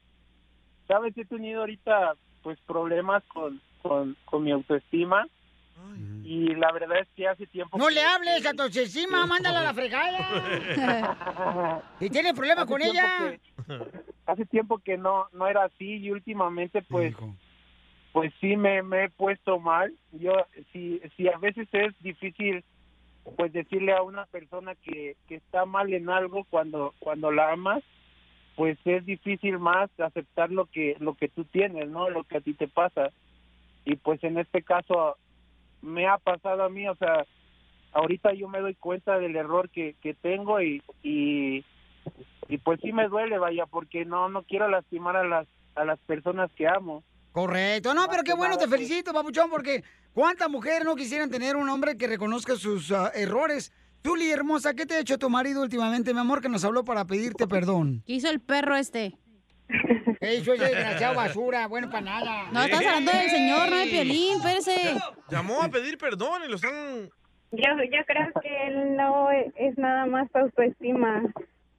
sabes, he tenido ahorita pues problemas con, con, con mi autoestima y la verdad es que hace tiempo... No que- le hables a tu encima, mándala a la fregada. Si tiene problema Hace con tiempo ella. hace tiempo que no no era así y últimamente pues pues sí me, me he puesto mal yo si si a veces es difícil pues decirle a una persona que, que está mal en algo cuando cuando la amas pues es difícil más aceptar lo que lo que tú tienes no lo que a ti te pasa y pues en este caso me ha pasado a mí o sea ahorita yo me doy cuenta del error que, que tengo y, y y pues sí me duele vaya porque no no quiero lastimar a las a las personas que amo Correcto. No, pero qué bueno, te felicito, papuchón, porque ¿cuántas mujeres no quisieran tener un hombre que reconozca sus ah, errores? Tuli, hermosa, ¿qué te ha hecho tu marido últimamente, mi amor, que nos habló para pedirte perdón? ¿Qué hizo el perro este? Eso es desgraciado basura, bueno para nada. No, estás hablando del señor, no de Piolín, espérese. Llamó a pedir perdón y lo están... Yo, yo creo que él no es nada más autoestima.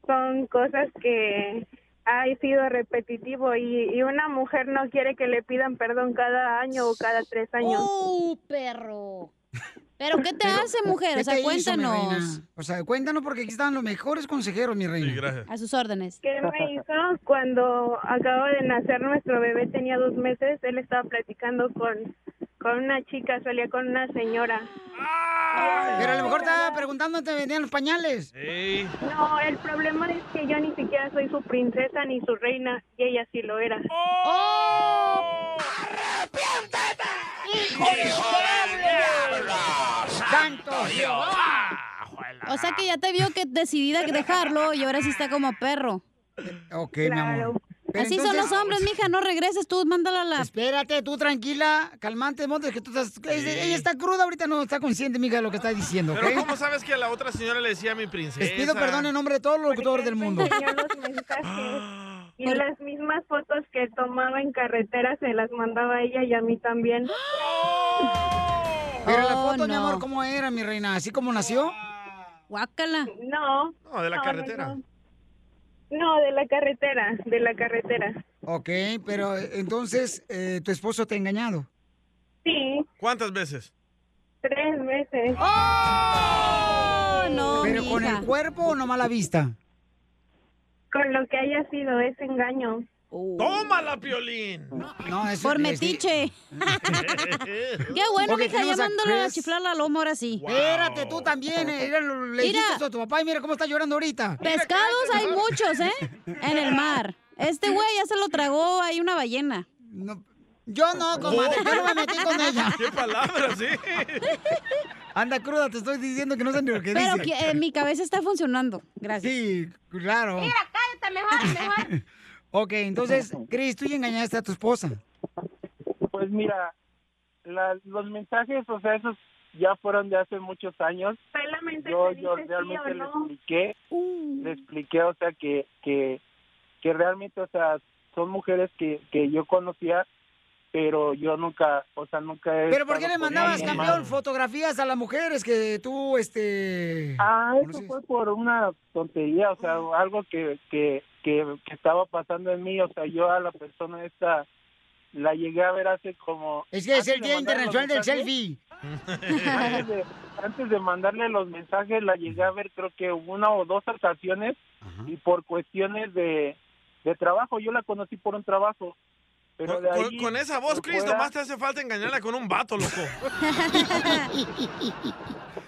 Son cosas que ha sido repetitivo y, y una mujer no quiere que le pidan perdón cada año o cada tres años. ¡Uh, perro! ¿Pero qué te hace, mujer? ¿Qué O sea, te hizo, mi cuéntanos. reina? o sea, cuéntanos porque aquí están los mejores consejeros, mi reina. Sí, gracias. a sus órdenes. ¿Qué me hizo cuando acabo de nacer nuestro bebé? Tenía dos meses. Él estaba platicando con, con una chica, salía con una señora. Pero a lo mejor estaba preguntando dónde vendían los pañales. No, el problema es que yo ni siquiera soy su princesa ni su reina, y ella sí lo era. ¡Santo O sea que ya te vio que decidida que dejarlo y ahora sí está como perro. Ok, mi amor. Pero Así son entonces- los hombres, mija, no regreses tú, mándala a la... Espérate, tú tranquila, calmante, Montes, que tú estás... es- Ella está cruda ahorita, no está consciente, mija, de lo que está diciendo, ¿ok? Pero ¿cómo sabes que a la otra señora le decía mi princesa? Les pido perdón en nombre de todos los locutores del mundo. Yo los mensajes y las mismas fotos que tomaba en carretera se las mandaba a ella y a mí también. Pero la Oh, foto, mi amor, ¿cómo era, mi reina? ¿Así como nació? Guácala. No. No, de la carretera. No, No, de la carretera, de la carretera. Ok, pero eh, entonces, eh, ¿tu esposo te ha engañado? Sí, ¿Cuántas veces? tres veces. ¡Oh, no, ¡Oh! ¿Pero con el cuerpo o nomás la vista? Con lo que haya sido ese engaño. ¡Tómala, Piolín! No, eso Por es- metiche. Qué bueno, Ok, mija, ya tenemos a mándala a, Chris. chiflar la loma ahora sí. Espérate, tú también, eh, mira, lo- le Mira. dijiste eso a tu papá y mira cómo está llorando ahorita. Pescados hay muchos, ¿eh? En el mar. Este güey ya se lo tragó ahí una ballena. yo no, comadre, yo no me metí con ella. ¿Qué palabras, eh? Anda cruda, te estoy diciendo que no sé ni lo que Pero dice. que- eh, mi cabeza está funcionando. Gracias. Sí, claro. cállate mejor, mejor. Ok, entonces, Cris, tú ya engañaste a tu esposa. Pues mira, la- los mensajes, o sea, esos ya fueron de hace muchos años. Solamente yo, te yo dice sí realmente o le no. expliqué, Mm. le expliqué, o sea, que, que, que realmente, o sea, son mujeres que, que yo conocía, pero yo nunca, o sea, nunca he ¿Pero por qué estado le con mandabas, alguien campeón, más. fotografías a las mujeres que tú, este... Ah, eso fue por una tontería, o sea, algo que, que, que, que estaba pasando en mí, o sea, yo a la persona esta la llegué a ver hace como... Es que es antes el de Día mandarle los Internacional del mensajes. Selfie. antes, de, antes de mandarle los mensajes la llegué a ver creo que una o dos ocasiones y por cuestiones de, de trabajo yo la conocí por un trabajo pero Con, de con- ahí con esa voz, por Chris, fuera, nomás te hace falta engañarla con un vato, loco.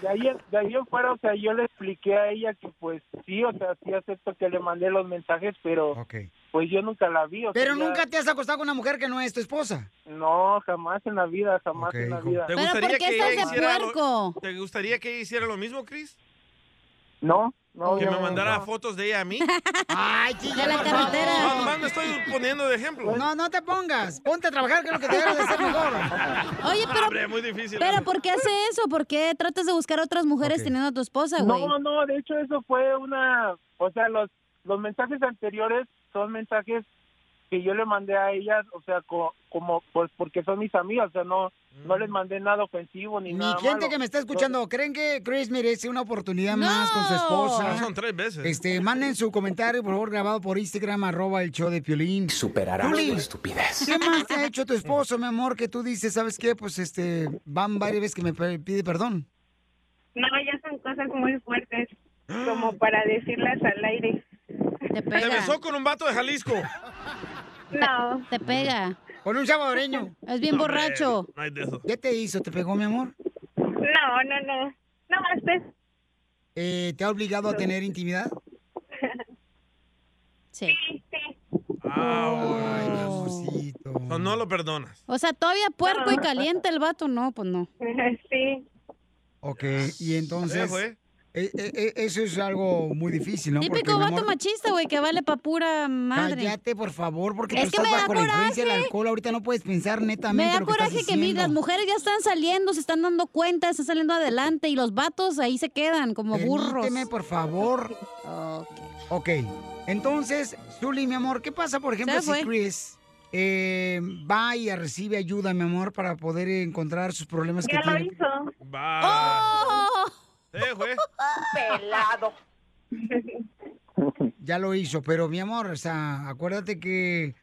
de ahí de ahí en fuera o sea yo le expliqué a ella que pues sí o sea sí acepto que le mandé los mensajes pero pues yo nunca la vi o sea, Pero ya- nunca te has acostado con una mujer que no es tu esposa. no jamás en la vida jamás en la vida ¿Te gustaría que ella hiciera lo- puerco? ¿Te gustaría que ella hiciera lo mismo, Chris? no no ¿Que me no, mandara no. fotos de ella a mí? Ay, sí, ya, por favor. Más, más me estoy poniendo de ejemplo. No, no te pongas. Ponte a trabajar, que es lo que te debe de ser mejor. Oye, pero- Hombre, muy difícil. Pero ¿por qué hace eso? ¿Por qué tratas de buscar otras mujeres teniendo a tu esposa, güey? No, no, de hecho eso fue una, o sea, los los mensajes anteriores son mensajes que yo le mandé a ellas, o sea, co- como pues porque son mis amigas, o sea, no no les mandé nada ofensivo ni, Mi nada Mm. gente malo. que me está escuchando, ¿creen que Chris merece una oportunidad más con su Ah, esposa? Son tres veces. Este, manden su comentario, por favor, grabado por Instagram, arroba el show de Piolín. Superarás Piolín, tu estupidez. ¿Qué más te ha hecho tu esposo, mi amor, que tú dices, ¿sabes qué? Pues, este, van varias veces que me pe- pide perdón. No, ya son cosas muy fuertes, como para decirlas al aire. Te Te besó con un vato de Jalisco. No. Te pega. Con un salvadoreño. Es bien No, hombre, borracho. no hay de eso. ¿Qué te hizo? ¿Te pegó, mi amor? No, no, no. No, este es- Eh, ¿Te ha obligado a tener intimidad? Sí. Ay, Ah, No, no lo perdonas. O sea, todavía puerco y caliente el vato, no, pues no. Sí. Ok, y entonces... Dejo, ¿eh? eh, eh, eh, eso es algo muy difícil, ¿no? Porque, Típico mi vato amor, machista, güey, que vale pa' pura madre. Cállate, por favor, porque Es tú que me estás da bajo la influencia del coraje. alcohol. Ahorita no puedes pensar Me netamente da lo coraje estás que, mira, las diciendo. mujeres ya están saliendo, se están dando cuenta, están saliendo adelante y los vatos ahí se quedan como burros. Permíteme, por favor. Ok. Entonces, Zuli, mi amor, ¿qué pasa, por ejemplo, Se si fue. Chris eh, va y recibe ayuda, mi amor, para poder encontrar sus problemas que tiene? Va. ¡Oh! Dejo, ¿eh? Pelado. ya lo hizo, pero mi amor, o sea, acuérdate que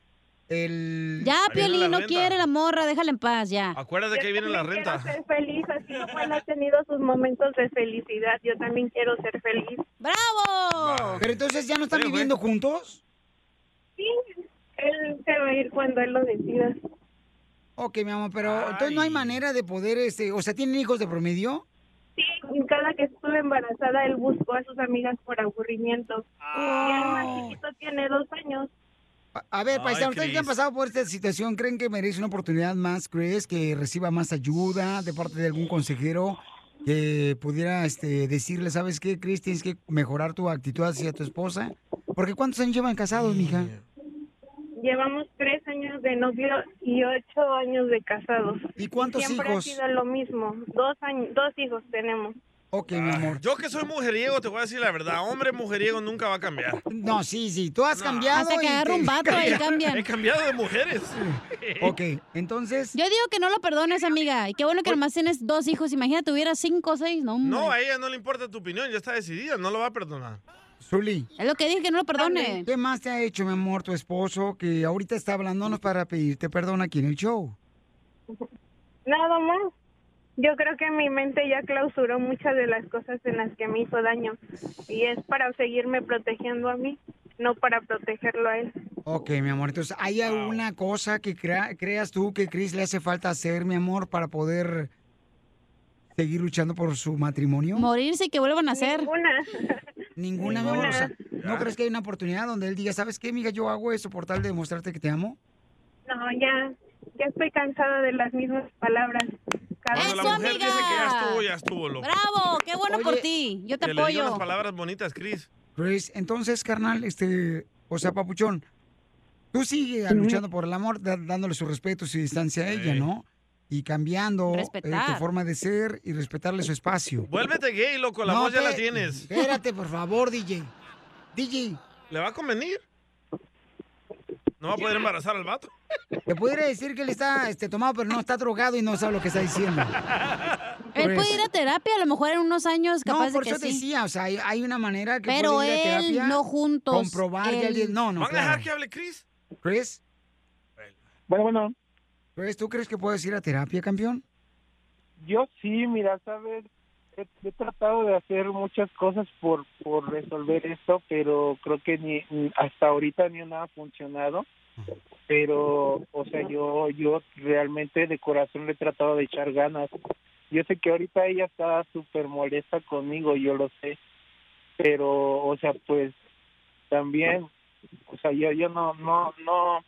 el... Ya, Pioli Piolín, no quiere la morra, déjala en paz, ya. Acuérdate que ahí viene la Quiero renta. ser feliz, así como él ha tenido sus momentos de felicidad. Yo también quiero ser feliz. ¡Bravo! Pero entonces ya no están viviendo juntos. Sí, él se va a ir cuando él lo decida. Ok, mi amor, pero entonces no hay manera de poder, este, o sea, ¿tienen hijos de promedio? Sí, y cada que estuve embarazada, él buscó a sus amigas por aburrimiento. Y el Ah. más chiquito tiene dos años. A, a ver, Ay, paisano, ustedes que han Cris. pasado por esta situación, ¿creen que merece una oportunidad más? ¿Crees que reciba más ayuda de parte de algún consejero que pudiera este, decirle, ¿sabes qué, Chris? Tienes que mejorar tu actitud hacia tu esposa. Porque ¿cuántos años llevan casados, mija? Llevamos tres años de novio y ocho años de casados. ¿Y cuántos Siempre hijos? ha sido lo mismo. Dos, años, dos hijos tenemos. Ok, mi amor. Ah, Yo que soy mujeriego, te voy a decir la verdad. Hombre mujeriego nunca va a cambiar. No, sí, sí, tú has No. cambiado. Hasta que y agarre te- un vato, ahí cambian. He cambiado de mujeres. ok, entonces... Yo digo que no lo perdones, amiga. Y qué bueno que nomás tienes dos hijos. Imagínate, tuviera cinco o seis, ¿no? hombre. No, eh. a ella no le importa tu opinión, ya está decidida, no lo va a perdonar. Zuli. Es lo que dije, que no lo perdone. ¿Qué más te ha hecho, mi amor, tu esposo que ahorita está hablándonos para pedirte perdón aquí en el show? Nada más. Yo creo que mi mente ya clausuró muchas de las cosas en las que me hizo daño. Y es para seguirme protegiendo a mí, no para protegerlo a él. Ok, mi amor, entonces, ¿hay alguna cosa que crea- creas tú que Chris le hace falta hacer, mi amor, para poder seguir luchando por su matrimonio? Morirse y que vuelvan a hacer. Ninguna. Ninguna, mi amor. o sea, ¿No crees que hay una oportunidad donde él diga, ¿sabes qué, amiga? Yo hago eso por tal de demostrarte que te amo. No, ya, ya estoy cansada de las mismas palabras. Cada Cuando la mujer dice que ya estuvo, ya estuvo, loco. Bravo, qué bueno por ti. Yo te Que le diga apoyo. unas palabras bonitas, Chris. Chris, entonces, carnal, este, o sea, papuchón, tú sigue Ujú. luchando por el amor, da- dándole su respeto, su distancia a ella, Sí. ¿no? Y cambiando eh, tu Respetar. forma de ser y respetarle su espacio. Vuélvete gay, loco, la No, voz ya la pe- tienes. Espérate, por favor, DJ. DJ, ¿Le va a convenir? ¿No va a poder embarazar al vato? te pudiera decir que él está este, tomado, pero no está drogado y no sabe lo que está diciendo. Él puede ir a terapia, a lo mejor en unos años, capaz Pues- no, por de que eso te sí. decía, o sea, hay, hay una manera que Pero puede ir a él terapia, no juntos, Comprobar que él- alguien... No, no, ¿Van a claro. dejar que hable Chris? Chris. Bueno, bueno. Chris, Pues, ¿tú crees que puedes ir a terapia, campeón? Yo sí, mira, sabes, he, he tratado de hacer muchas cosas por, por resolver esto, pero creo que ni, ni- hasta ahorita ni una ha funcionado. Pero, o sea, yo, yo realmente de corazón le he tratado de echar ganas. Yo sé que ahorita ella está súper molesta conmigo, yo lo sé. Pero, o sea, pues también, o sea, yo, yo no, no, no,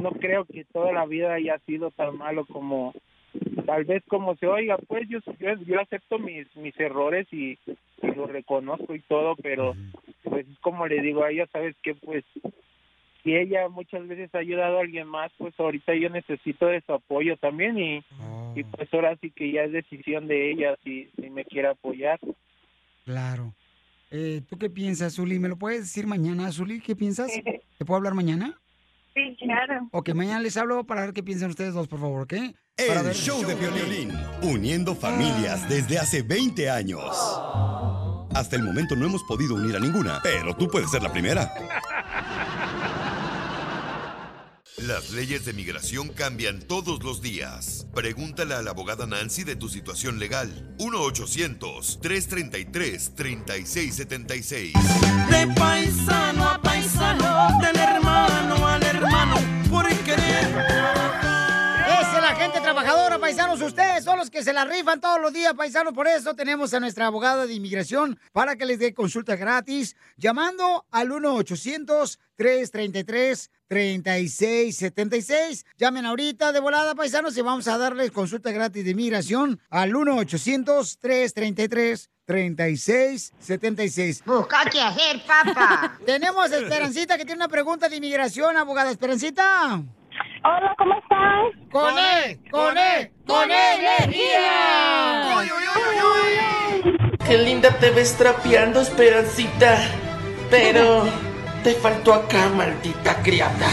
no creo que toda la vida haya sido tan malo como, tal vez como se oiga, pues yo, yo, yo acepto mis, mis errores y, y lo reconozco y todo, pero pues es como le digo a ella, ¿sabes qué? Pues si ella muchas veces ha ayudado a alguien más, pues ahorita yo necesito de su apoyo también y, y pues ahora sí que ya es decisión de ella si, si me quiere apoyar. Claro. Eh, ¿Tú qué piensas, Zuli? ¿Me lo puedes decir mañana, Zuli? ¿Qué piensas? ¿Te puedo hablar mañana? Sí, claro. Ok, mañana les hablo para ver qué piensan ustedes dos, por favor, ¿ok? Para El ver- show de violín, uniendo familias desde hace 20 años. Hasta el momento no hemos podido unir a ninguna, pero tú puedes ser la primera. Las leyes de migración cambian todos los días. Pregúntale a la abogada Nancy de tu situación legal. 1-800-333-3676. De paisano a paisano, del hermano al hermano, por querer. Esa es la gente trabajadora, paisanos. Ustedes son los que se la rifan todos los días, paisanos. Por eso tenemos a nuestra abogada de inmigración para que les dé consulta gratis llamando al 1-800-333-3676. Llamen ahorita de volada, paisanos, y vamos a darles consulta gratis de inmigración al 1-800-333-3676. Busca qué hacer, papá. Tenemos a Esperancita que tiene una pregunta de inmigración, abogada. Esperancita. Hola, ¿cómo estás? Con él, con él, con E energía. Qué linda te ves trapeando, Esperancita. Pero te faltó acá, maldita criada.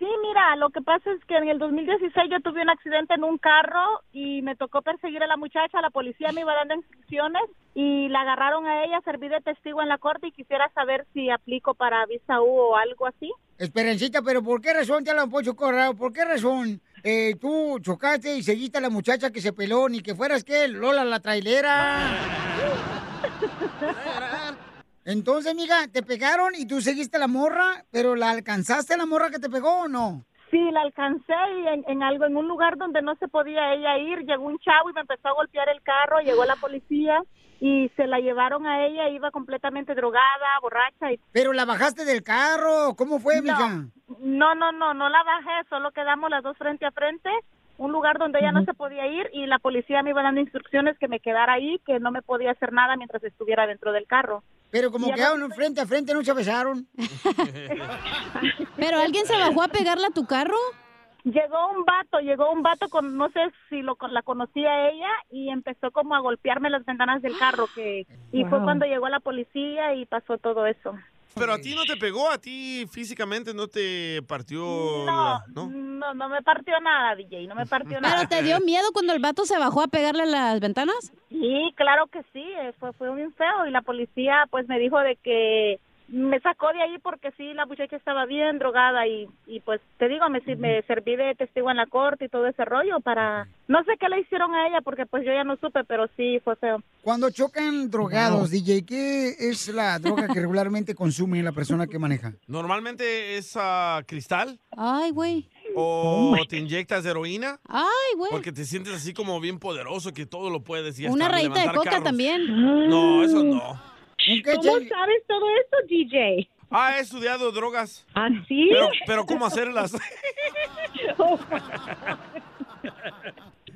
Sí, mi mira, lo que pasa es que en el 2016 yo tuve un accidente en un carro y me tocó perseguir a la muchacha, la policía me iba dando instrucciones y la agarraron a ella, serví de testigo en la corte y quisiera saber si aplico para visa U o algo así. Esperencita, pero ¿por qué razón te hablan Pocho Corrado? ¿Por qué razón eh, tú chocaste y seguiste a la muchacha que se peló ni que fueras que Lola la trailera? Entonces, amiga, te pegaron y tú seguiste a la morra, pero ¿la alcanzaste a la morra que te pegó o no? Sí, la alcancé y en, en algo, en un lugar donde no se podía ella ir, llegó un chavo y me empezó a golpear el carro, llegó la policía y se la llevaron a ella, iba completamente drogada, borracha y... Pero la bajaste del carro, ¿cómo fue, amiga? No, no, no, no la bajé, solo quedamos las dos frente a frente, un lugar donde ella no se podía ir y la policía me iba dando instrucciones que me quedara ahí, que no me podía hacer nada mientras estuviera dentro del carro. Pero como Ya quedaron frente a frente, no se besaron. ¿Pero alguien se bajó a pegarle a tu carro? Llegó un vato, llegó un vato con, no sé si lo, la conocía ella, y empezó como a golpearme las ventanas del carro, que, y fue Wow. cuando llegó la policía y pasó todo eso. Pero a ti no te pegó, a ti físicamente no te partió la- ¿no? No, no me partió nada, DJ, no me partió nada. ¿Pero te dio miedo cuando el vato se bajó a pegarle a las ventanas? Sí, claro que sí, eh, fue, fue bien feo y la policía pues me dijo de que me sacó de ahí porque sí, la muchacha estaba bien drogada y, y pues te digo, me, sir- me serví de testigo en la corte y todo ese rollo para... No sé qué le hicieron a ella porque pues yo ya no supe, pero sí, fue feo. Cuando chocan drogados, DJ, ¿qué es la droga que regularmente consume la persona que maneja? Normalmente es ah, cristal Ay, güey. o te inyectas heroína Ay, güey. porque te sientes así como bien poderoso que todo lo puedes y hasta Una rayita de levantar coca carros. también. No, eso no. ¿Cómo sabes todo esto, DJ? Ah, he estudiado drogas. ¿Ah, sí? Pero, pero ¿cómo hacerlas?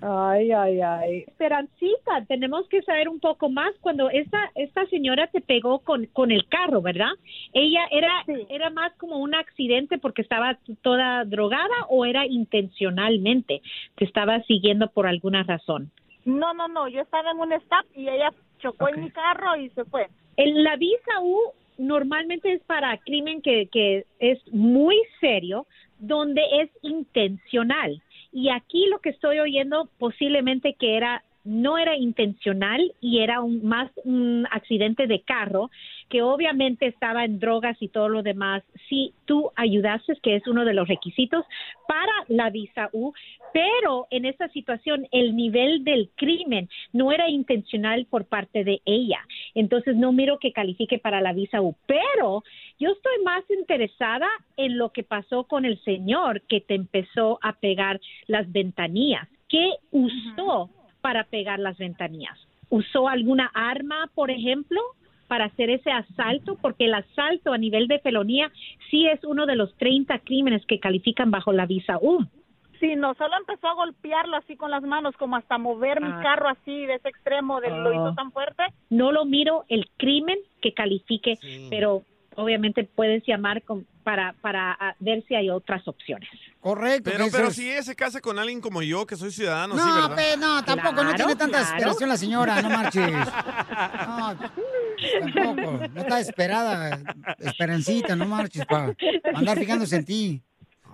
Ay, ay, ay. Esperancita, tenemos que saber un poco más. Cuando esta, esta señora te pegó con, con el carro, ¿verdad? ¿Ella era, era más como un accidente porque estaba toda drogada o era intencionalmente? ¿Te estaba siguiendo por alguna razón? No, no, no, yo estaba en un stop y ella chocó en mi carro y se fue. El- la visa U normalmente es para crimen que, que es muy serio, donde es intencional. Y aquí lo que estoy oyendo posiblemente que era no era intencional y era un, más un accidente de carro que obviamente estaba en drogas y todo lo demás. Si tú ayudaste, que es uno de los requisitos para la visa U, pero en esta situación el nivel del crimen no era intencional por parte de ella. Entonces no miro que califique para la visa U, pero yo estoy más interesada en lo que pasó con el señor que te empezó a pegar las ventanillas. ¿Qué usó para pegar las ventanillas? ¿Usó alguna arma, por ejemplo? para hacer ese asalto, porque el asalto a nivel de felonía sí es uno de los 30 crímenes que califican bajo la visa U. Sí, no, solo empezó a golpearlo así con las manos, como hasta mover mi Ah. carro así de ese extremo, de, lo hizo Ah. tan fuerte. No lo miro el crimen que califique, pero obviamente puedes llamar con- para, para ah, ver si hay otras opciones. Correcto. Pero, eso pero es- si ella se casa con alguien como yo, que soy ciudadano, sí, No, ¿verdad? pe, no, tampoco, no Claro, tiene tanta claro. desesperación la señora, no marches. No, tampoco, no está desesperada, esperancita, no marches, pa, pa andar fijándose en ti.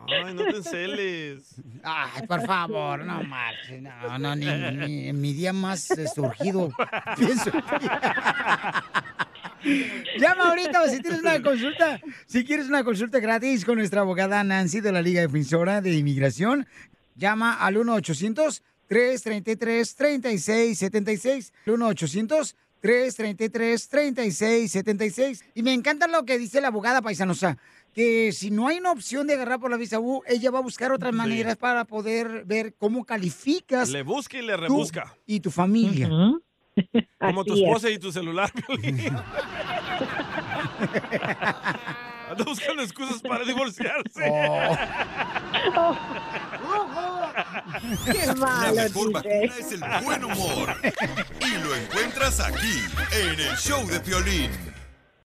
Ay, no te enceles. Ay, por favor, no marches, no, no, ni, ni en mi día más eh, surgido pienso en ti. Llama ahorita o si tienes una consulta, si quieres una consulta gratis con nuestra abogada Nancy de la Liga Defensora de Inmigración, llama al 1-800-333-3676, 1-800-333-3676. Y me encanta lo que dice la abogada paisanosa, que si no hay una opción de agarrar por la visa U, ella va a buscar otras Sí. maneras para poder ver cómo calificas Le busca y le tú rebusca. y tu familia. Como tu Así es. esposa y tu celular, Piolín. Anda buscando excusas para divorciarse. Oh. Qué La mejor vacuna es el buen humor. Y lo encuentras aquí, en el show de Piolín.